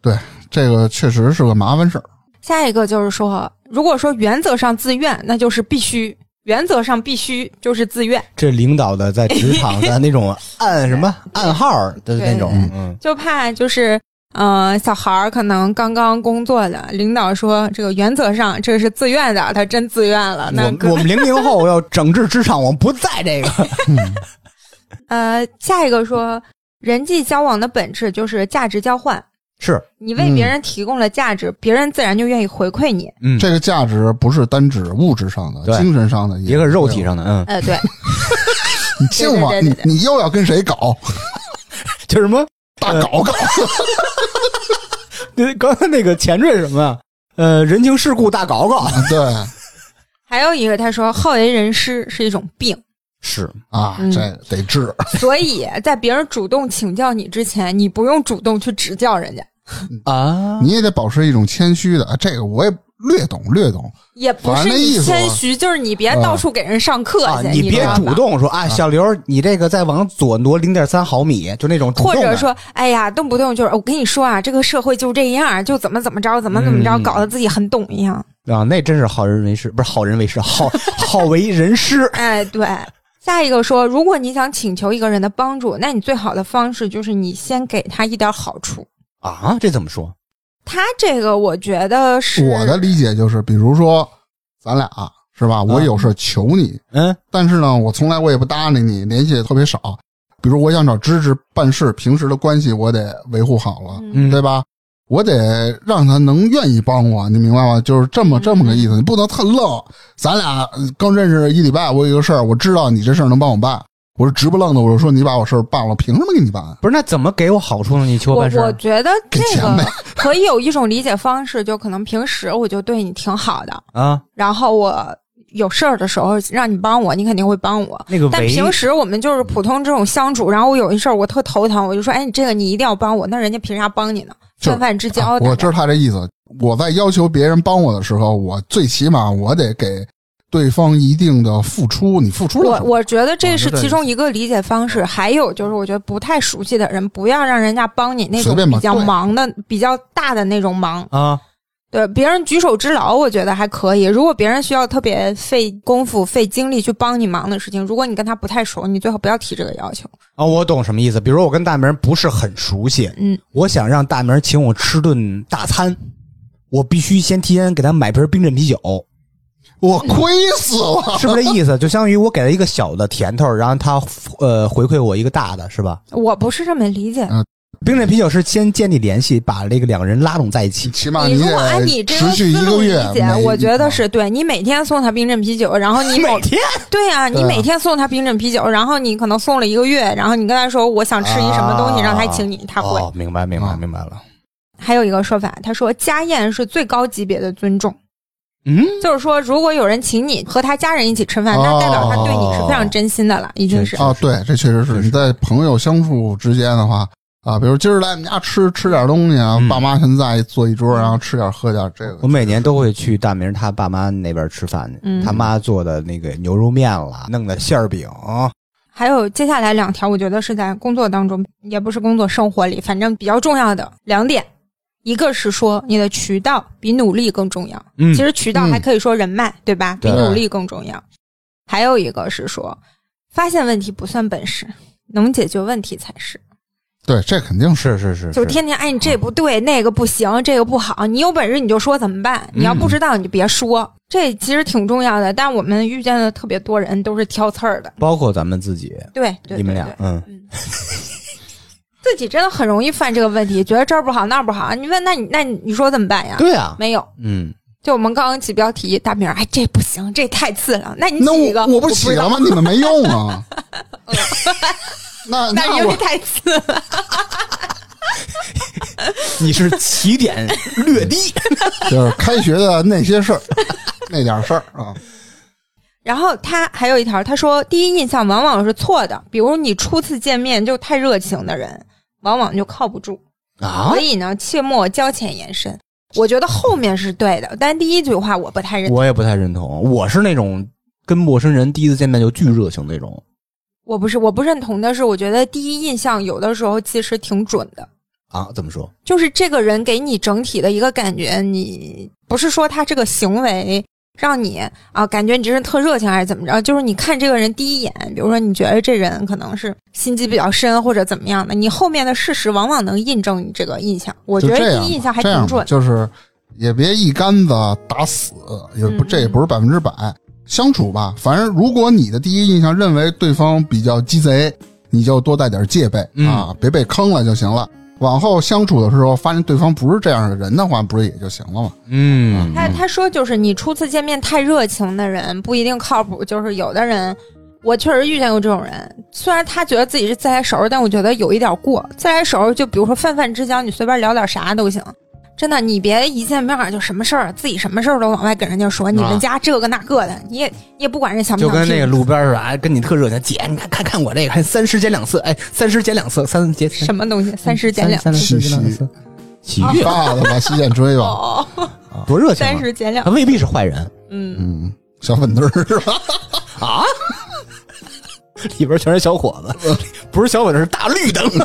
Speaker 2: 嗯，
Speaker 1: 这个确实是个麻烦事儿。
Speaker 2: 下一个就是说，如果说原则上自愿，那就是必须。原则上必须就是自愿，
Speaker 3: 这领导的在职场
Speaker 2: (laughs)
Speaker 3: 的那种暗什么暗号的那种
Speaker 2: 对，
Speaker 3: 嗯，
Speaker 2: 就怕就是呃，小孩儿可能刚刚工作的，领导说这个原则上这个是自愿的，他真自愿了，那
Speaker 3: 我我们零零后要整治职场，我们不在这个。
Speaker 2: 呃，下一个说，人际交往的本质就是价值交换。
Speaker 3: (laughs) 是，
Speaker 2: 你为别人提供了价值，别人自然就愿意回馈你。
Speaker 3: 嗯，
Speaker 1: 这个价值不是单指物质上
Speaker 3: 对
Speaker 1: 的，精神上的，
Speaker 3: 一个是
Speaker 1: (laughs)
Speaker 3: 肉体。上的，嗯， (laughs)
Speaker 2: 呃，对，
Speaker 1: 你净往
Speaker 2: 对对
Speaker 1: 你
Speaker 2: 对对
Speaker 1: 你又要跟谁搞
Speaker 3: 就是什么？
Speaker 1: 大搞 (laughs) 搞？
Speaker 3: 那刚才那个前缀是什么呀？呃，人情世故大搞搞
Speaker 1: 对
Speaker 2: 还有一个他说好为人师是一种病，
Speaker 3: 是
Speaker 1: 啊，
Speaker 2: 嗯
Speaker 1: 这得治。
Speaker 2: 所以在别人主动请教你之前，你不用主动去指教人家，
Speaker 3: 啊，
Speaker 1: 你也得保持一种谦虚的，啊这个我也略懂略懂。
Speaker 2: 也不
Speaker 1: 反
Speaker 2: 是
Speaker 1: 正那意
Speaker 2: 你
Speaker 1: 思
Speaker 2: 谦虚，就是你别到处给人上课
Speaker 3: 嗯啊，
Speaker 2: 去，
Speaker 3: 你
Speaker 2: 知
Speaker 3: 别
Speaker 2: 道吧
Speaker 3: 主。动说啊，小刘，你这个再往左挪零点三毫米，就那种主
Speaker 2: 或
Speaker 3: 动啊的
Speaker 2: 者说，哎呀，动不动就是我跟你说啊，这个社会就这样，就怎么怎么着，怎么怎么着，
Speaker 3: 嗯
Speaker 2: 搞得自己很懂一样。
Speaker 3: 啊，那真是好人为师，不是好人为
Speaker 2: (laughs)
Speaker 3: 师，好好为人师。
Speaker 2: 哎，对。下一个说，如果你想请求一个人的帮助，那你最好的方式就是你先给他一点好处。
Speaker 3: 啊，这怎么说？
Speaker 2: 他这个我觉得是
Speaker 1: 我的理解就是，比如说咱俩啊是吧，
Speaker 2: 嗯
Speaker 1: 我有事求你，
Speaker 3: 嗯，
Speaker 1: 但是呢，我从来我也不搭理你，联系也特别少。比如我想找芝芝办事，平时的关系我得维护好了，
Speaker 3: 嗯
Speaker 1: 对吧？我得让他能愿意帮我，你明白吗？就是这么这么个
Speaker 2: 嗯
Speaker 1: 意思，你不能特愣。咱俩呃刚认识一礼拜，我有一个事儿，我知道你这事儿能帮我办，我是直不愣的，我就说你把我事儿办了，凭什么给你办？
Speaker 3: 不是，那怎么给我好处呢？你求我
Speaker 2: 我
Speaker 3: 办事儿
Speaker 2: 我觉得
Speaker 1: 给
Speaker 2: 这
Speaker 1: 钱
Speaker 2: 个
Speaker 1: 呗
Speaker 2: 可以有一种理解方式，就可能平时我就对你挺好的，
Speaker 3: 啊？
Speaker 2: 然后我有事儿的时候让你帮我，你肯定会帮我。
Speaker 3: 那个
Speaker 2: 但
Speaker 3: 为
Speaker 2: 平时我们就是普通这种相处，然后我有一事儿我特头疼，我就说，哎，你这个你一定要帮我，那人家凭啥帮你呢？
Speaker 1: 就是
Speaker 2: 泛泛之交、
Speaker 1: 啊我知道他这意思。我在要求别人帮我的时候，我最起码我得给对方一定的付出。你付出了
Speaker 2: 我
Speaker 1: 什么？
Speaker 2: 我觉得这是
Speaker 1: 啊就这
Speaker 2: 其中一个理解方
Speaker 1: 嗯
Speaker 2: 式，还有就是我觉得不太熟悉的人，不要让人家帮你那
Speaker 1: 随
Speaker 2: 种
Speaker 1: 便吧
Speaker 2: 比较
Speaker 1: 对
Speaker 2: 忙的、比较大的那种忙。
Speaker 3: 啊，
Speaker 2: 对别人举手之劳，我觉得还可以。如果别人需要特别费功夫、费精力去帮你忙的事情，如果你跟他不太熟，你最好不要提这个要求。
Speaker 3: 哦，我懂什么意思。比如我跟大明不是很熟悉，
Speaker 2: 嗯，
Speaker 3: 我想让大明请我吃顿大餐，我必须先提前给他买瓶冰镇啤酒，
Speaker 2: (laughs)
Speaker 1: 我亏死了！
Speaker 3: 是不是这意思？就相当于我给了一个小的甜头，然后他呃回馈我一个大的，是吧？
Speaker 2: 我不是这么理
Speaker 1: 嗯
Speaker 2: 解。
Speaker 3: 冰镇啤酒是先建立联系，把这个两个人拉拢在一起。
Speaker 1: 起码
Speaker 2: 你如果按你
Speaker 1: 得
Speaker 2: 这个
Speaker 1: 持
Speaker 2: 思
Speaker 1: 续一哦
Speaker 2: 路
Speaker 1: 个
Speaker 2: 理
Speaker 1: 月
Speaker 2: 解
Speaker 1: 没。，
Speaker 2: 我觉得是对你每天送他冰镇啤酒，然后
Speaker 1: (laughs)
Speaker 2: 你某
Speaker 3: 天
Speaker 2: 对呀、你
Speaker 1: 对啊
Speaker 2: 每天送他冰镇啤酒，然后你可能送了一个月，然后你跟他说我想吃一什么东西，
Speaker 3: 啊
Speaker 2: 让他请你，他会。
Speaker 3: 哦，明白明白
Speaker 1: 啊
Speaker 3: 明白了。
Speaker 2: 还有一个说法，他说家宴是最高级别的尊重，
Speaker 3: 嗯，
Speaker 2: 就是说如果有人请你和他家人一起吃饭，那
Speaker 1: 哦
Speaker 2: 代表他对你是非常真心的了，已经是
Speaker 3: 确。
Speaker 1: 啊，对，这确实是你在朋友相处之间的话啊，比如今儿来我们家吃吃点东西啊，
Speaker 3: 嗯
Speaker 1: 爸妈现在坐一桌，然后吃点喝点，这
Speaker 3: 我
Speaker 1: 个
Speaker 3: 每年都会去大明他爸妈那边吃饭去，
Speaker 2: 嗯
Speaker 3: 他妈做的那个牛肉面了，弄的馅儿饼，
Speaker 2: 还有接下来两条，我觉得是在工作当中，也不是工作生活里，反正比较重要的两点，一个是说你的渠道比努力更重要。
Speaker 3: 嗯
Speaker 2: 其实渠道
Speaker 1: 嗯
Speaker 2: 还可以说人脉，对吧？比
Speaker 3: 对
Speaker 2: 努力更重要。还有一个是说，发现问题不算本事，能解决问题才是。
Speaker 1: 对，这肯定是
Speaker 3: 是是是，
Speaker 2: 就是天天哎，你这不对，那个不行，这个不好，你有本事你就说怎么办？
Speaker 3: 嗯
Speaker 2: 你要不知道你就别说，这其实挺重要的。但我们遇见的特别多人都是挑刺儿的，
Speaker 3: 包括咱们自己，
Speaker 2: 对对
Speaker 3: 你
Speaker 2: 对
Speaker 3: 们俩
Speaker 2: 对，
Speaker 3: 嗯，
Speaker 2: 自己真的很容易犯这个问题，觉得这儿不好那儿不好，你问那你那你你说怎么办呀？
Speaker 3: 对啊，
Speaker 2: 没有。
Speaker 3: 嗯，
Speaker 2: 就我们刚刚起标题，大明儿，哎，这不行，这太次了。那你
Speaker 1: 那
Speaker 2: 起一个，
Speaker 1: 我我不
Speaker 2: 知
Speaker 1: 起
Speaker 2: 道
Speaker 1: 了吗？你们没用 (laughs) 啊。那
Speaker 2: 但是
Speaker 1: 那
Speaker 2: 因
Speaker 1: 我
Speaker 2: 为太次了，
Speaker 3: 你是起点
Speaker 2: (laughs)
Speaker 3: 略低，
Speaker 1: 就是开学的那些事儿，那点事儿啊。
Speaker 2: (laughs) 然后他还有一条，他说第一印象往往是错的，比如你初次见面就太热情的人，往往就靠不住。
Speaker 3: 啊
Speaker 2: 所，以呢，切莫交浅言深。我觉得后面是对的，但第一句话我不太认，
Speaker 3: 我也不太认同。我是那种跟陌生人第一次见面就巨热情那种。
Speaker 2: 我不是我不认同的是，我觉得第一印象有的时候其实挺准的。
Speaker 3: 啊，怎么说？
Speaker 2: 就是这个人给你整体的一个感觉，你不是说他这个行为让你啊感觉你这人特热情还是怎么着，就是你看这个人第一眼，比如说你觉得这人可能是心机比较深或者怎么样的，你后面的事实往往能印证你这个印象。我觉
Speaker 1: 就这
Speaker 2: 得
Speaker 1: 样
Speaker 2: 第一印象还
Speaker 1: 这
Speaker 2: 挺
Speaker 1: 样吧
Speaker 2: 准的。
Speaker 1: 就是也别一竿子打死，也不
Speaker 2: 嗯
Speaker 1: 这也不是百分之百相处吧。反正如果你的第一印象认为对方比较鸡贼，你就多带点戒备、
Speaker 3: 嗯
Speaker 1: 啊，别被坑了就行了。往后相处的时候，发现对方不是这样的人的话，不是也就行了吗？
Speaker 3: 嗯
Speaker 2: 他他说就是你初次见面太热情的人不一定靠谱，就是有的人。我确实遇见过这种人，虽然他觉得自己是自来熟，但我觉得有一点过。自来熟就比如说泛泛之交，你随便聊点啥都行。真的，你别一见面儿就什么事儿，自己什么事儿都往外跟人家说，你们家这个那个的，你也你也不管人想不
Speaker 3: 啊就
Speaker 2: 想
Speaker 3: 跟
Speaker 2: 听。
Speaker 3: 那个路边儿似的，哎，跟你特热情，姐，你看看看我这个，还三十减两次，哎，三十减两次，三减
Speaker 2: 什么东西，三十减两。
Speaker 3: 三十
Speaker 1: 十减
Speaker 3: 减两
Speaker 1: 两
Speaker 3: 次
Speaker 1: 次，
Speaker 3: 喜
Speaker 1: 你爸的吧，洗剪吹吧，
Speaker 2: 嗯哦，
Speaker 3: 多热情
Speaker 2: 三
Speaker 3: 啊！
Speaker 2: 十减两
Speaker 3: 他，未必是坏人
Speaker 2: 嗯，
Speaker 1: 嗯，小粉墩
Speaker 2: (laughs)
Speaker 1: 儿是吧？
Speaker 3: 啊，里边全是小伙子，不是小伙子是大绿灯， (laughs)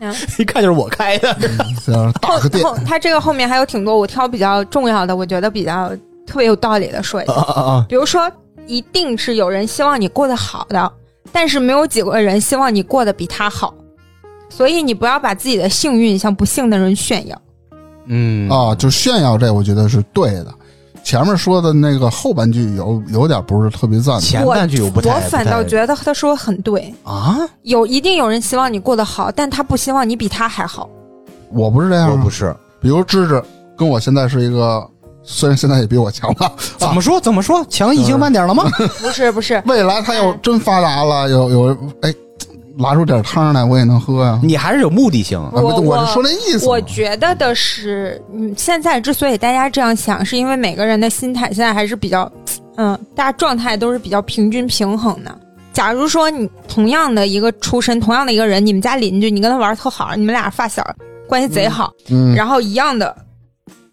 Speaker 2: 嗯
Speaker 3: 一看就是我开的。
Speaker 1: 就是大个店
Speaker 2: 后他这个后面还有挺多，我挑比较重要的，我觉得比较特别有道理的说一下
Speaker 3: 啊。啊啊！
Speaker 2: 比如说，一定是有人希望你过得好的，但是没有几个人希望你过得比他好，所以你不要把自己的幸运向不幸的人炫耀。
Speaker 3: 嗯
Speaker 1: 啊，就炫耀这，我觉得是对的。前面说的那个后半句有有点不是特别赞同，
Speaker 3: 前半句我不太，
Speaker 2: 我反倒觉得他说得很对，
Speaker 3: 得啊，
Speaker 2: 有一定有人希望你过得好，但他不希望你比他还好。
Speaker 1: 我不是这样啊，
Speaker 3: 我不是。
Speaker 1: 比如芝芝跟我现在是一个，虽然现在也比我强了，
Speaker 3: 怎么说？怎么说？强一星半点了吗？
Speaker 2: 不是不
Speaker 1: (laughs)
Speaker 2: 是，
Speaker 1: 未来他要真发达了，有有哎，拉出点汤来我也能喝呀、啊。
Speaker 3: 你还是有目的性。
Speaker 1: 不
Speaker 2: 我
Speaker 1: 对我
Speaker 2: 我
Speaker 1: 是说那意思嘛，
Speaker 2: 我觉得的是，嗯，现在之所以大家这样想，是因为每个人的心态现在还是比较，嗯，大家状态都是比较平均平衡的。假如说你同样的一个出身，同样的一个人，你们家邻居，你跟他玩儿特好，你们俩发小关系贼好，
Speaker 1: 嗯，
Speaker 2: 然后一样的，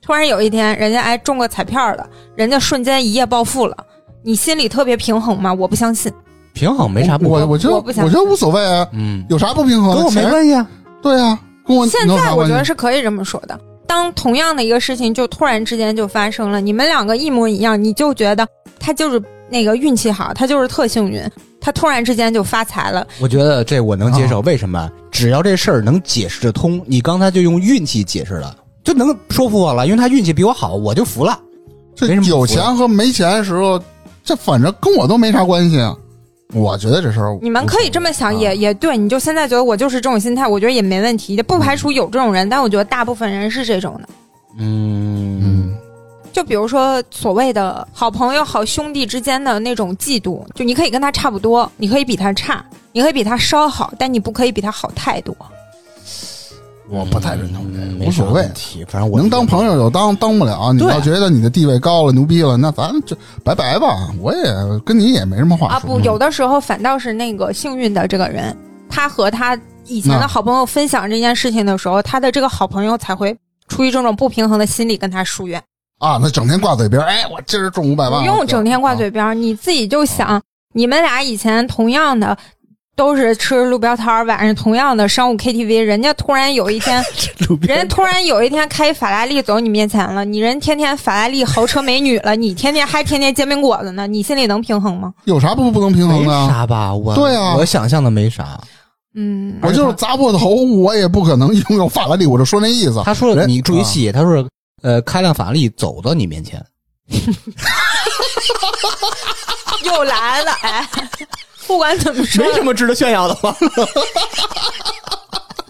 Speaker 2: 突然有一天人家哎中个彩票了，人家瞬间一夜暴富了，你心里特别平衡吗？我不相信。
Speaker 3: 平衡没啥不
Speaker 1: 我
Speaker 3: 好。
Speaker 1: 我觉得
Speaker 2: 我不想
Speaker 1: 觉得无所谓啊，
Speaker 3: 嗯，
Speaker 1: 有啥不平衡的？
Speaker 3: 跟我没
Speaker 1: 钱
Speaker 3: 关系啊。
Speaker 1: 对啊，跟我
Speaker 2: 现
Speaker 1: 能有
Speaker 2: 在
Speaker 1: 啥
Speaker 2: 我
Speaker 1: 关
Speaker 2: 觉
Speaker 1: 系
Speaker 2: 得是可以这么说的。当同样的一个事情就突然之间就发生了，你们两个一模一样，你就觉得他就是那个运气好，他就是特幸运，他突然之间就发财了。
Speaker 3: 我觉得这我能接受，为什么？只要这事儿能解释得通，你刚才就用运气解释了，就能说服我了。因为他运气比我好，我就服了。没
Speaker 1: 这
Speaker 3: 什么
Speaker 1: 有
Speaker 3: 不服的
Speaker 1: 钱和没钱的时候，这反正跟我都没啥关系啊。我觉得这事儿
Speaker 2: 你们可以这么想，也也对。你就现在觉得我就是这种心态，我觉得也没问题，不排除有这种人，但我觉得大部分人是这种的。
Speaker 3: 嗯，
Speaker 2: 就比如说所谓的好朋友、好兄弟之间的那种嫉妒，就你可以跟他差不多，你可以比他差，你可以比他稍好，但你不可以比他好太多。
Speaker 1: 我不太认同这
Speaker 3: 嗯
Speaker 1: 个，
Speaker 3: 没
Speaker 1: 无
Speaker 3: 啥
Speaker 1: 所谓
Speaker 3: 问。题，反正我
Speaker 1: 能当朋友就当，当不了你
Speaker 3: 对啊
Speaker 1: 要觉得你的地位高了、牛逼了，那咱们就拜拜吧。我也跟你也没什么话
Speaker 2: 啊，
Speaker 1: 说。
Speaker 2: 不，有的时候反倒是那个幸运的这个人，他和他以前的
Speaker 1: 那
Speaker 2: 好朋友分享这件事情的时候，他的这个好朋友才会出于这种不平衡的心理跟他疏远。
Speaker 1: 啊，那整天挂嘴边儿，哎，我今儿中五百万，
Speaker 2: 不
Speaker 1: 我
Speaker 2: 用
Speaker 1: 就
Speaker 2: 整天挂嘴边儿，你自己
Speaker 1: 啊
Speaker 2: 就想，你们俩以前同样的。都是吃路边摊儿，晚上同样的商务 KTV，人家突然有
Speaker 1: (laughs)
Speaker 2: 一天，
Speaker 3: 路
Speaker 2: 人家突然有一天开法拉利走你面前了，你人天天法拉利豪车美女了，你天天还天天煎饼果子呢，你心里能平衡吗？
Speaker 1: 有啥不不能平
Speaker 3: 没
Speaker 1: 衡的？
Speaker 3: 啥吧？我
Speaker 1: 对啊
Speaker 3: 我想象的没啥。
Speaker 2: 嗯，
Speaker 1: 我就是砸破头，我也不可能 (laughs) 拥有法拉利，我就说那意思。
Speaker 3: 他说了，
Speaker 1: 人
Speaker 3: 你注意
Speaker 1: 啊
Speaker 3: 细，他说呃，开辆法拉利走到你面前，
Speaker 2: (laughs) 又来了，哎， (laughs) 不管怎么说，
Speaker 3: 么值得炫耀的吧？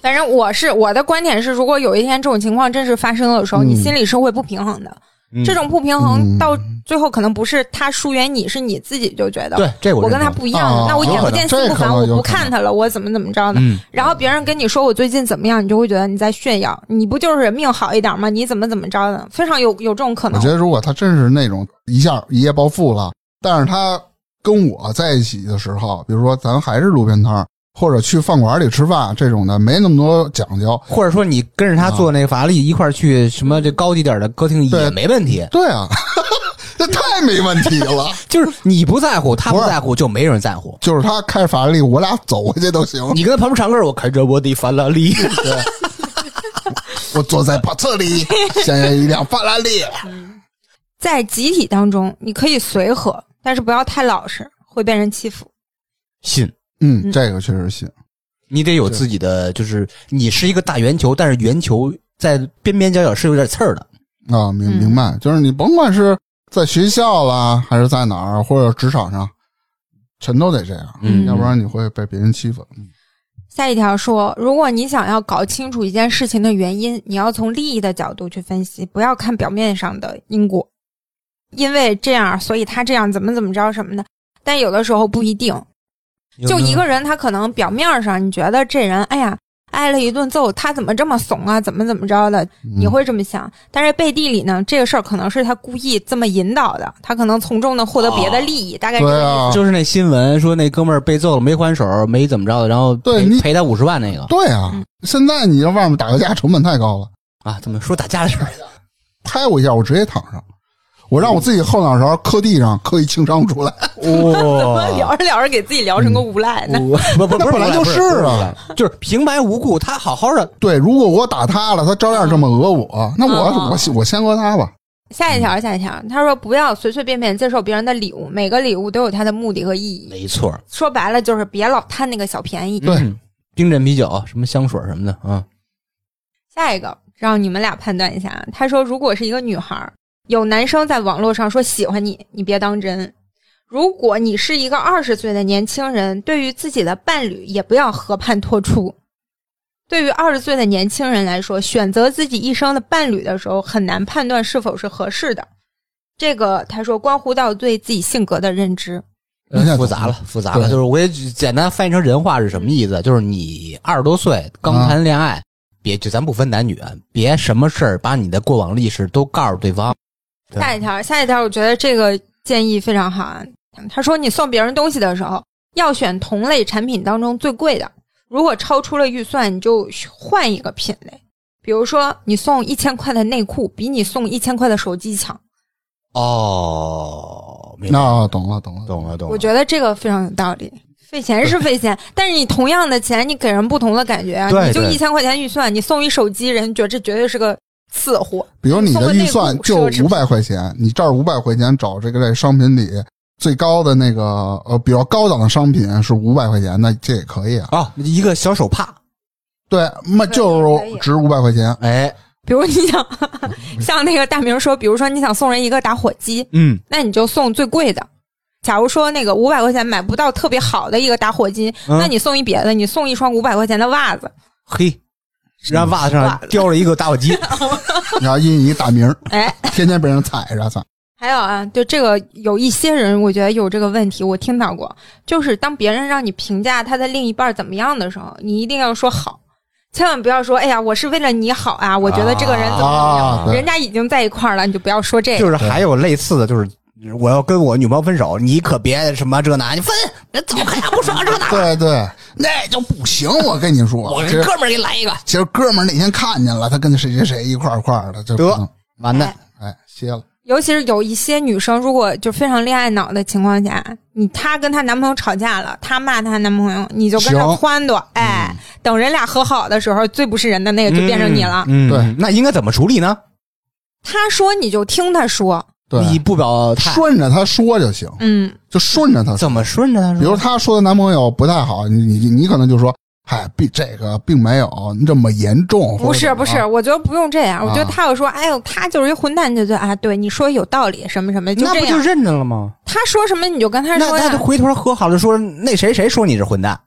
Speaker 2: 反正我是我的观点是，如果有一天这种情况真实发生的时候，
Speaker 1: 嗯
Speaker 2: 你心里是会不平衡的。
Speaker 3: 嗯
Speaker 2: 这种不平衡
Speaker 1: 嗯
Speaker 2: 到最后可能不是他疏远你，是你自己就觉得
Speaker 3: 对这
Speaker 2: 我
Speaker 3: 我
Speaker 2: 跟他
Speaker 3: 认同
Speaker 2: 不一样了，
Speaker 1: 啊
Speaker 2: 那我眼不见心
Speaker 1: 有
Speaker 2: 不烦，
Speaker 1: 可能
Speaker 2: 我
Speaker 1: 有可能
Speaker 2: 不看他了，我怎么怎么着呢？
Speaker 3: 嗯
Speaker 2: 然后别人跟你说我最近怎么样，你就会觉得你在炫耀，你不就是命好一点吗？你怎么怎么着呢？非常有有这种可
Speaker 1: 我
Speaker 2: 能
Speaker 1: 觉。得如果他真是那种一下一夜暴富了，但是他跟我在一起的时候，比如说咱还是路边摊儿或者去饭馆里吃饭这种的，没那么多讲究。
Speaker 3: 或者说你跟着他坐那个法拉利一块儿去什么这高级点的歌厅也
Speaker 1: 对
Speaker 3: 没问题，
Speaker 1: 对啊， (laughs) 这太没问题了。
Speaker 3: 就是你不在乎，他不
Speaker 1: 不是
Speaker 3: 在乎，就没人在乎。
Speaker 1: 就是他开法拉利，我俩走回去都行。
Speaker 3: (laughs) 你跟他旁边唱歌，我开着我的法拉利，
Speaker 1: 我坐在帕特里，现在一辆法拉
Speaker 2: (laughs)
Speaker 1: 利。
Speaker 2: 在集体当中，你可以随和，但是不要太老实，会被人欺负。
Speaker 3: (laughs) 信
Speaker 1: 嗯
Speaker 2: 嗯，
Speaker 1: 这个确实信。
Speaker 3: 你得有自己的，就是你是一个大圆球，但是圆球在边边角角是有点刺儿的。
Speaker 1: 啊，明
Speaker 2: 嗯
Speaker 1: 明白，就是你甭管是在学校啦，还是在哪儿，或者职场上，全都得这样，
Speaker 2: 嗯
Speaker 1: 要不然你会被别人欺负。
Speaker 2: 下一条说，如果你想要搞清楚一件事情的原因，你要从利益的角度去分析，不要看表面上的因果。因为这样，所以他这样怎么怎么着什么的，但有的时候不一定。就一个人，他可能表面上你觉得这人，哎呀，挨了一顿揍，他怎么这么怂啊？怎么怎么着的？你
Speaker 1: 嗯
Speaker 2: 会这么想，但是背地里呢，这个事儿可能是他故意这么引导的，他可能从中呢获得别的利益，大概这个
Speaker 1: 哦对
Speaker 2: 意思。
Speaker 1: 啊，
Speaker 3: 就是那新闻说那哥们儿被揍了没还手没怎么着的，然后
Speaker 1: 对
Speaker 3: 赔
Speaker 1: 你
Speaker 3: 赔他五十万那个
Speaker 1: 对啊
Speaker 2: 嗯。
Speaker 1: 现在你这外面打个架成本太高了，
Speaker 3: 啊，怎么说打架的事儿？
Speaker 1: 拍我一下，我直接躺上，我让我自己后脑勺磕地上，磕一轻伤出
Speaker 2: (laughs)
Speaker 1: 来。
Speaker 3: (laughs) 哇
Speaker 2: 聊着聊着给自己聊成个无
Speaker 1: 嗯
Speaker 2: 赖呢。
Speaker 3: (laughs) 不不不，
Speaker 1: 那本来
Speaker 3: 不
Speaker 1: 就是
Speaker 3: 不
Speaker 1: 啊
Speaker 3: 不是就是平白无故，他好好的
Speaker 1: 对，如果我打他了，他照样这么讹我，那
Speaker 2: 啊
Speaker 1: 我我先我先讹他吧。
Speaker 2: 下一条，下一条，他说不要随随便便接受别人的礼物，每个礼物都有它的目的和意义。
Speaker 3: 没错，
Speaker 2: 说白了就是别老贪那个小便宜。
Speaker 1: 对
Speaker 3: 嗯，冰镇啤酒、什么香水什么的啊，
Speaker 2: 下一个让你们俩判断一下，啊他说如果是一个女孩儿，有男生在网络上说喜欢你，你别当真。如果你是一个二十岁的年轻人，对于自己的伴侣也不要河畔托出。对于二十岁的年轻人来说，选择自己一生的伴侣的时候，很难判断是否是合适的。这个他说关乎到对自己性格的认知。
Speaker 1: 人家
Speaker 3: 复杂了，复杂了。
Speaker 1: 对
Speaker 3: 就是我也简单翻译成人话是什么意思？就是你二十多岁刚
Speaker 1: 啊
Speaker 3: 谈恋爱，别就咱不分男女，啊，别什么事儿把你的过往历史都告诉对方。对
Speaker 2: 下一条，下一条，我觉得这个建议非常好啊。他说，你送别人东西的时候，要选同类产品当中最贵的，如果超出了预算，你就换一个品类。比如说，你送一千块的内裤，比你送一千块的手机强。
Speaker 3: 哦，
Speaker 2: 嗯
Speaker 3: 明白
Speaker 1: 那懂了，懂了，
Speaker 3: 懂了懂了。
Speaker 2: 我觉得这个非常有道理。费钱是费钱，但是你同样的钱，你给人不同的感觉啊。
Speaker 3: 对
Speaker 2: 你就
Speaker 3: 对
Speaker 2: 一千块钱预算，你送一手机，人觉得这绝对是个次货。
Speaker 1: 比如你的预算就
Speaker 2: 送个内裤
Speaker 1: 五百块钱，你这儿五百块钱找这个在商品里最高的那个呃比较高档的商品是五百块钱，那这也可以啊。
Speaker 3: 哦，一个小手帕，
Speaker 1: 对，那
Speaker 2: 可以
Speaker 1: 就是值五百块钱。
Speaker 3: 哎，
Speaker 2: 比如你
Speaker 3: (laughs)
Speaker 2: 想，像那个大明说，比如说你想送人一个打火机，
Speaker 3: 嗯，
Speaker 2: 那你就送最贵的。假如说那个五百块钱买不到特别好的一个打火机，
Speaker 3: 嗯
Speaker 2: 那你送一别的，你送一双五百块钱的袜子，
Speaker 3: 嘿，让袜子上叼了一个打火 (laughs) 机，
Speaker 1: 然后印一大名儿，
Speaker 2: 哎， (laughs)
Speaker 1: 天天被人踩着，操！
Speaker 2: 还有啊，就这个有一些人，我觉得有这个问题，我听到过，就是当别人让你评价他的另一半怎么样的时候，你一定要说好，千万不要说哎呀，我是为了你好啊，我觉得这个人怎么怎么样，
Speaker 1: 啊对
Speaker 2: 人家已经在一块儿了，你就不要说这个。
Speaker 3: 就是还有类似的就是。我要跟我女朋友分手，你可别什么这那，你分，走开呀，不爽这那。
Speaker 1: 对对，啊那就不行。我跟你说，其实
Speaker 3: 哥们儿给来一个，
Speaker 1: 其实哥们儿那天看见了，他跟谁谁谁一块儿一块儿的，就
Speaker 3: 得完蛋
Speaker 2: 哎，
Speaker 1: 哎歇了。
Speaker 2: 尤其是有一些女生，如果就非常恋爱脑的情况下，你她跟她男朋友吵架了，她骂她男朋友，你就跟她
Speaker 1: 行
Speaker 2: 撺掇，
Speaker 3: 嗯
Speaker 2: 哎，等人俩和好的时候，最不是人的那个就变成你了。
Speaker 3: 嗯，嗯
Speaker 1: 对，
Speaker 3: 那应该怎么处理呢？
Speaker 2: 她说你就听她说，
Speaker 1: 对，
Speaker 3: 你不表态，
Speaker 1: 顺着他说就行，
Speaker 2: 嗯，
Speaker 1: 就顺着他说。
Speaker 3: 怎么顺着他说？
Speaker 1: 比如他说的男朋友不太好，你你你可能就说，嗨，并这个并没有这么严重。
Speaker 2: 不是
Speaker 1: 或者怎么啊
Speaker 2: 不
Speaker 3: 啊
Speaker 2: 是，
Speaker 1: 样，
Speaker 2: 我觉得不用这样，我觉得
Speaker 1: 啊
Speaker 2: 她要说，哎呦，她就是一混蛋，就觉得啊，对你说有道理，什么什么，就
Speaker 3: 那
Speaker 2: 这
Speaker 3: 不就
Speaker 2: 样。
Speaker 3: 认着了吗？
Speaker 2: 她说什么你就跟她
Speaker 3: 那
Speaker 2: 说
Speaker 3: 那
Speaker 2: 呀
Speaker 3: 就，回头和好了说，那谁谁说你是混蛋，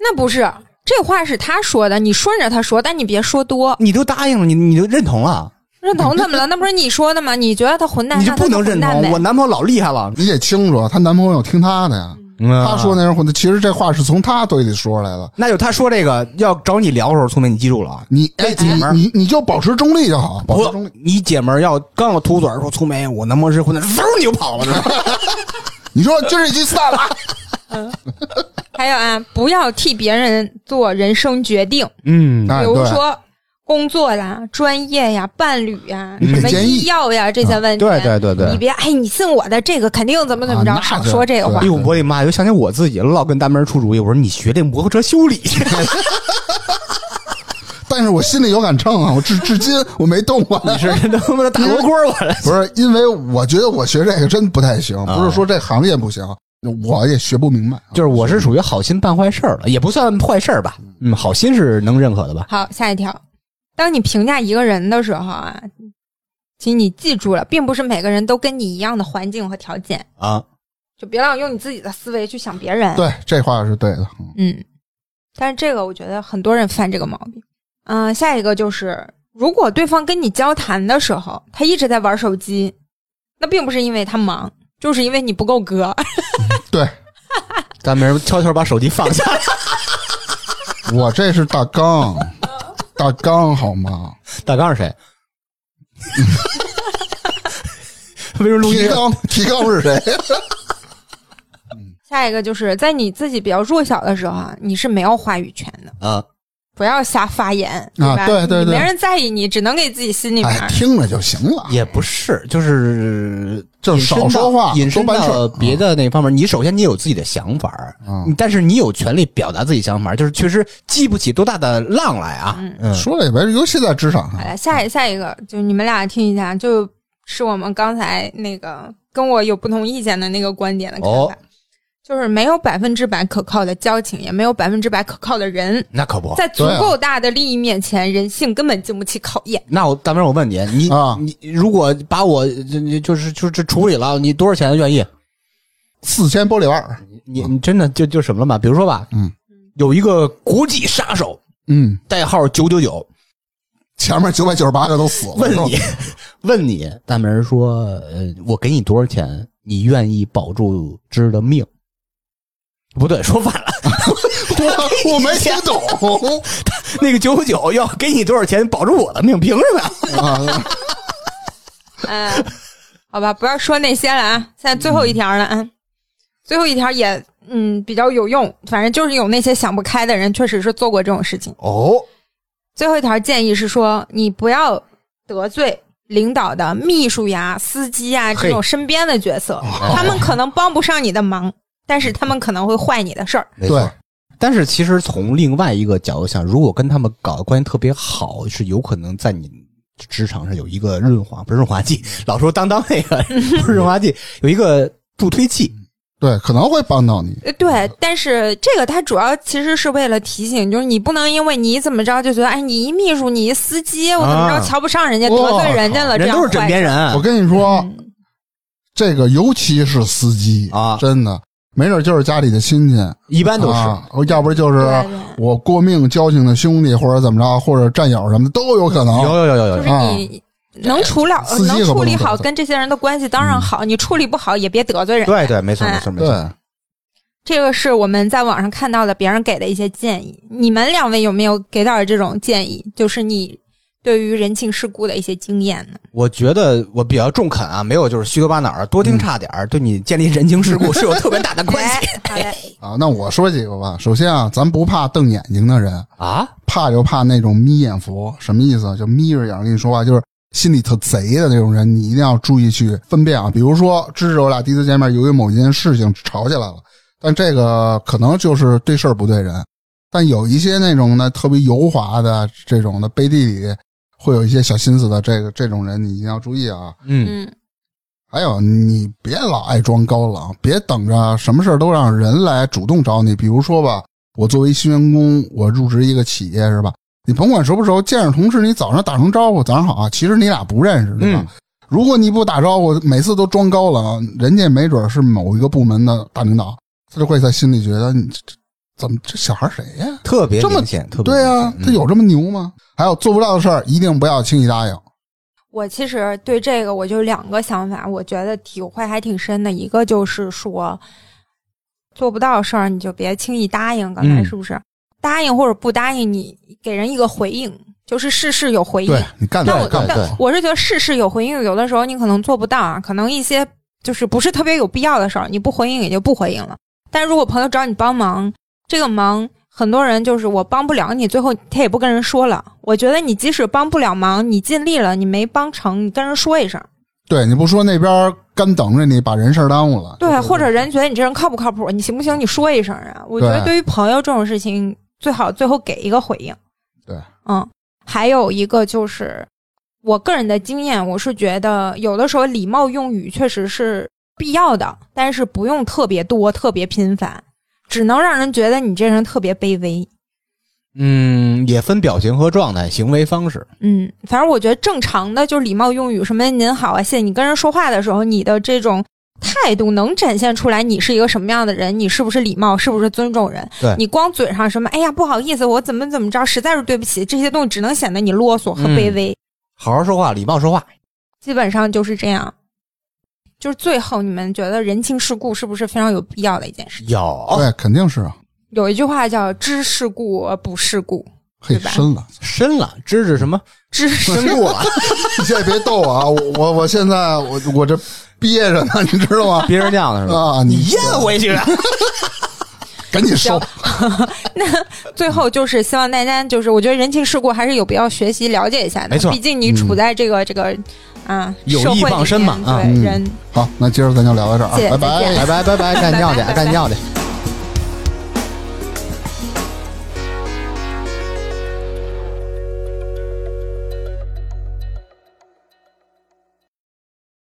Speaker 2: 那不是这话是她说的，你顺着她说，但你别说多。
Speaker 3: 你都答应了，你你就认同了，
Speaker 2: 认同怎么了？那不是你说的吗？你觉得他混蛋，
Speaker 3: 你就
Speaker 2: 那他
Speaker 3: 不能
Speaker 2: 混
Speaker 3: 认
Speaker 2: 蛋
Speaker 3: 同
Speaker 2: 呗
Speaker 3: 我男朋友老厉害了。
Speaker 1: 你得清楚，她男朋友听她的呀。
Speaker 3: 嗯
Speaker 1: 她说那是混蛋，其实这话是从她嘴里说出来的。
Speaker 3: 那就他说这个要找你聊的时候，聪明，你记住了啊。
Speaker 1: 你
Speaker 3: 哎
Speaker 1: 哎，
Speaker 3: 姐们儿
Speaker 1: 你你你就保持中立就好，保持中
Speaker 3: 不
Speaker 1: 立。，
Speaker 3: 你姐们儿要刚要吐嘴儿说聪明，我男朋友是混蛋，嗖你就跑了，是吧？
Speaker 1: 你说今儿已经散了，
Speaker 2: 还有啊，不要替别人做人生决定，
Speaker 3: 嗯
Speaker 2: 比
Speaker 1: 哎，
Speaker 2: 如
Speaker 1: 对，
Speaker 2: 说工作呀、专业呀、伴侣呀、
Speaker 3: 嗯
Speaker 2: 什么
Speaker 1: 建议
Speaker 2: 医药呀这些问题。
Speaker 3: 对对对
Speaker 2: 你
Speaker 3: 对。
Speaker 2: 别哎，你信我的这个肯定怎么怎么着，
Speaker 1: 啊那
Speaker 2: 少
Speaker 1: 是
Speaker 2: 说这个话
Speaker 3: 哎。呦，我的妈！又想起我自己了，老跟大门出主意。我说你学这摩托车修理，
Speaker 1: 但是我心里有杆秤啊，我
Speaker 3: (laughs)
Speaker 1: 至至今我没动过。
Speaker 3: (laughs) 你是他妈的大罗锅儿，我这
Speaker 1: 不是因为我觉得我学这个真不太行，不是说这行业不行，我也学不明白。
Speaker 3: 啊
Speaker 1: 啊
Speaker 3: 就是我是属于好心办坏事儿了，也不算坏事儿吧。嗯，好心是能认可的吧？
Speaker 2: 好，下一条，当你评价一个人的时候啊，请你记住了，并不是每个人都跟你一样的环境和条件，
Speaker 3: 啊，
Speaker 2: 就别老用你自己的思维去想别人。，
Speaker 1: 对，这话是对
Speaker 3: (laughs)
Speaker 1: 的。嗯
Speaker 2: 嗯，但是这个我觉得很多人犯这个毛病。嗯、下一个就是，如果对方跟你交谈的时候，他一直在玩手机，那并不是因为他忙，就是因为你不够格。 (laughs)
Speaker 1: 对
Speaker 3: 咱们人悄悄把手机放下，
Speaker 1: 我这是大纲，大纲好吗？
Speaker 3: (laughs) 大刚是谁？为什么录
Speaker 1: 提
Speaker 3: 音？啊
Speaker 1: 纲提纲是
Speaker 3: (laughs)
Speaker 1: 谁？
Speaker 2: 下一个就是在你自己比较弱小的时候啊，你是没有话语权的。
Speaker 3: 啊，
Speaker 2: 不要瞎发言，对吧？
Speaker 1: 啊对对
Speaker 2: 你
Speaker 1: 对
Speaker 2: 没人在意你，只能给自己心里面。
Speaker 1: 哎，听着就行了。
Speaker 3: 啊也不是，就是
Speaker 1: 就
Speaker 3: 引申
Speaker 1: 少
Speaker 3: 到
Speaker 1: 说话
Speaker 3: 引申
Speaker 1: 多办事
Speaker 3: 到啊
Speaker 1: 儿
Speaker 3: 别的那方面。你首先你有自己的想法儿，
Speaker 1: 嗯
Speaker 3: 你但是你有权利表达自己想法儿，就是确实激不起多大的浪来啊。嗯，哎
Speaker 1: 说了也没事，尤其在职场上
Speaker 2: 好，了，下一下一个，就你们俩听一下，就是我们刚才那个跟我有不同意见的那个观点的看法，
Speaker 3: 哦
Speaker 2: 就是没有百分之百可靠的交情，也没有百分之百可靠的人，
Speaker 3: 那可不。
Speaker 2: 在足
Speaker 1: 对啊
Speaker 2: 够大的利益面前，人性根本经不起考验。
Speaker 3: 那我大明，我问你，你、
Speaker 1: 啊
Speaker 3: 你如果把我就就是就是处理了，你多少钱愿意？
Speaker 1: 四千玻璃碗，
Speaker 3: 你你真的就就什么了吗？比如说吧，
Speaker 1: 嗯，
Speaker 3: 有一个国际杀手，
Speaker 1: 嗯，
Speaker 3: 代号九九九，
Speaker 1: 前面九百九十八个都死了。
Speaker 3: 问你
Speaker 1: 是吧，
Speaker 3: (laughs) 问你，大明儿说，呃，我给你多少钱，你愿意保住芝的命？不对，说反了，
Speaker 1: 我
Speaker 3: (laughs)
Speaker 1: 我没听懂
Speaker 3: 那个九九九要给你多少钱保住我的命？凭什么呀？
Speaker 1: 啊！
Speaker 2: 嗯，好吧，不要说那些了啊，现在最后一条了啊，最后一条也嗯比较有用，反正就是有那些想不开的人，确实是做过这种事情。
Speaker 3: 哦，
Speaker 2: 最后一条建议是说，你不要得罪领导的秘书呀、司机呀
Speaker 3: 嘿
Speaker 2: 这种身边的角色，
Speaker 3: 哦
Speaker 2: 他们可能帮不上你的忙，但是他们可能会坏你的事儿。
Speaker 3: 没错
Speaker 1: 对，
Speaker 3: 但是其实从另外一个角度想，如果跟他们搞得关系特别好，是有可能在你职场上有一个润滑，不是润滑剂，老说当当那个不是润滑剂，有一个助推器。
Speaker 1: 对，可能会帮到你。
Speaker 2: 呃对，但是这个它主要其实是为了提醒，就是你不能因为你怎么着就觉得，哎，你一秘书，你一司机，我怎么
Speaker 3: 啊
Speaker 2: 着瞧不上人家，
Speaker 1: 我
Speaker 2: 得罪人家呃了，这
Speaker 3: 人
Speaker 2: 样
Speaker 3: 都是枕
Speaker 2: 坏
Speaker 3: 边人，
Speaker 1: 我跟你说，
Speaker 2: 嗯
Speaker 1: 这个尤其是司机
Speaker 3: 啊
Speaker 1: 真的没准就是家里的亲戚，
Speaker 3: 一般都是。
Speaker 1: 啊，要不就
Speaker 2: 对
Speaker 1: 是
Speaker 2: 对
Speaker 1: 我过命交情的兄弟，或者怎么着，或者战友什么的都有可能。
Speaker 3: 有有有有有
Speaker 2: 就
Speaker 3: 有，
Speaker 2: 是你。
Speaker 3: 啊
Speaker 2: 能处了，
Speaker 1: 司机
Speaker 2: 能
Speaker 1: 可不
Speaker 2: 处理
Speaker 1: 能得
Speaker 2: 好
Speaker 1: 罪
Speaker 2: 跟这些人的关系当然好，你处理不好也别得罪人。
Speaker 3: 嗯对对，
Speaker 2: 哎
Speaker 3: 没错没错没
Speaker 1: 对啊
Speaker 3: 错。，
Speaker 2: 这个是我们在网上看到的别人给的一些建议，你们两位有没有给到这种建议？就是你对于人情世故的一些经验
Speaker 3: (laughs)
Speaker 2: 呢？
Speaker 3: 我觉得我比较中肯啊，没有就是虚头巴脑儿，多听差点
Speaker 2: 嗯
Speaker 3: 儿，对你建立人情世故是有特别大的关系
Speaker 2: 哎好嘞，
Speaker 1: 啊，那我说几个吧。首先啊，咱不怕瞪眼睛的人，
Speaker 3: 啊。
Speaker 1: 怕就怕那种眯眼佛。什么意思啊？就眯着眼跟你说话，就是心里特贼的那种人，你一定要注意去分辨啊。比如说，支持我俩第一次见面，由于某件事情吵起来了，但这个可能就是对事儿不对人。但有一些那种呢，特别油滑的这种的，背地里会有一些小心思的，这个这种人你一定要注意啊。
Speaker 3: 嗯，
Speaker 2: 嗯，
Speaker 1: 还有，你别老爱装高冷，别等着什么事儿都让人来主动找你。比如说吧，我作为新员工，我入职一个企业是吧？你甭管熟不熟，见着同事你早上打声招呼，早上好啊，其实你俩不认识对吧？
Speaker 3: 嗯
Speaker 1: 如果你不打招呼，每次都装高冷，人家没准是某一个部门的大领导，他就会在心里觉得你这这怎么这小孩谁呀、
Speaker 3: 特别
Speaker 1: 这么
Speaker 3: 明显，特别嗯
Speaker 1: 对啊，
Speaker 3: 明显
Speaker 1: 他有这么牛吗？还有做不到的事儿，一定不要轻易答应。
Speaker 2: 我其实对这个我就两个想法，我觉得体会还挺深的。一个就是说，做不到事儿你就别轻易答应，刚才
Speaker 3: 嗯
Speaker 2: 是不是？答应或者不答应，你给人一个回应，就是事事有回应
Speaker 1: 对。你干
Speaker 2: 那
Speaker 1: 得
Speaker 2: 我
Speaker 1: 好干得
Speaker 2: 那
Speaker 1: 好，
Speaker 2: 我是觉得事事有回应，有的时候你可能做不到啊，可能一些就是不是特别有必要的事儿，你不回应也就不回应了。但如果朋友找你帮忙，这个忙很多人就是我帮不了你，最后他也不跟人说了。我觉得你即使帮不了忙，你尽力了，你没帮成，你跟人说一声，
Speaker 1: 对你不说那边干等着你把人事儿耽误了，
Speaker 2: 对，或者人觉得你这人靠不靠谱，你行不行，你说一声啊。我觉得
Speaker 1: 对
Speaker 2: 对于朋友这种事情，最好最后给一个回应。
Speaker 1: 对，
Speaker 2: 嗯，还有一个就是我个人的经验，我是觉得有的时候礼貌用语确实是必要的，但是不用特别多、特别频繁，只能让人觉得你这人特别卑微。
Speaker 3: 嗯，也分表情和状态、行为方式。
Speaker 2: 嗯，反正我觉得正常的就是礼貌用语，什么您好啊，谢谢你跟人说话的时候，你的这种态度能展现出来你是一个什么样的人，你是不是礼貌，是不是尊重人。
Speaker 3: 对
Speaker 2: 你光嘴上什么哎呀不好意思，我怎么怎么着，实在是对不起，这些东西只能显得你啰嗦和卑微，
Speaker 3: 好好说话，礼貌说话。
Speaker 2: 基本上就是这样。就是最后你们觉得人情世故是不是非常有必要的一件事？
Speaker 3: 有
Speaker 1: 对，肯定是啊，
Speaker 2: 有一句话叫“知世故而不世故
Speaker 1: 嘿，
Speaker 2: 对吧
Speaker 1: 深了，
Speaker 3: 深了，知识什么？”，
Speaker 2: 知
Speaker 3: 深
Speaker 2: 世
Speaker 3: 入了，
Speaker 1: (laughs) 你现在别逗我啊，我我我现在我我这憋着呢，你知道吗？
Speaker 3: 别人这样的是吧？
Speaker 1: 啊，你
Speaker 3: 咽回去啊！
Speaker 1: 赶紧收，
Speaker 2: 最后就是希望大家，就是我觉得人情世故还是有必要学习了解一下的，
Speaker 3: 没错
Speaker 2: 毕竟你处在这个、这个啊
Speaker 3: 有
Speaker 2: 社
Speaker 3: 意
Speaker 2: 会
Speaker 3: 傍
Speaker 2: 里
Speaker 3: 身嘛
Speaker 2: 面
Speaker 3: 啊
Speaker 2: 对、
Speaker 1: 嗯
Speaker 2: 人
Speaker 1: 好，那今儿咱就聊到这儿啊
Speaker 2: 谢，谢
Speaker 1: 拜拜
Speaker 2: 再见。
Speaker 3: 拜拜拜拜，干尿去，
Speaker 1: 啊
Speaker 2: 拜拜
Speaker 3: 干尿去。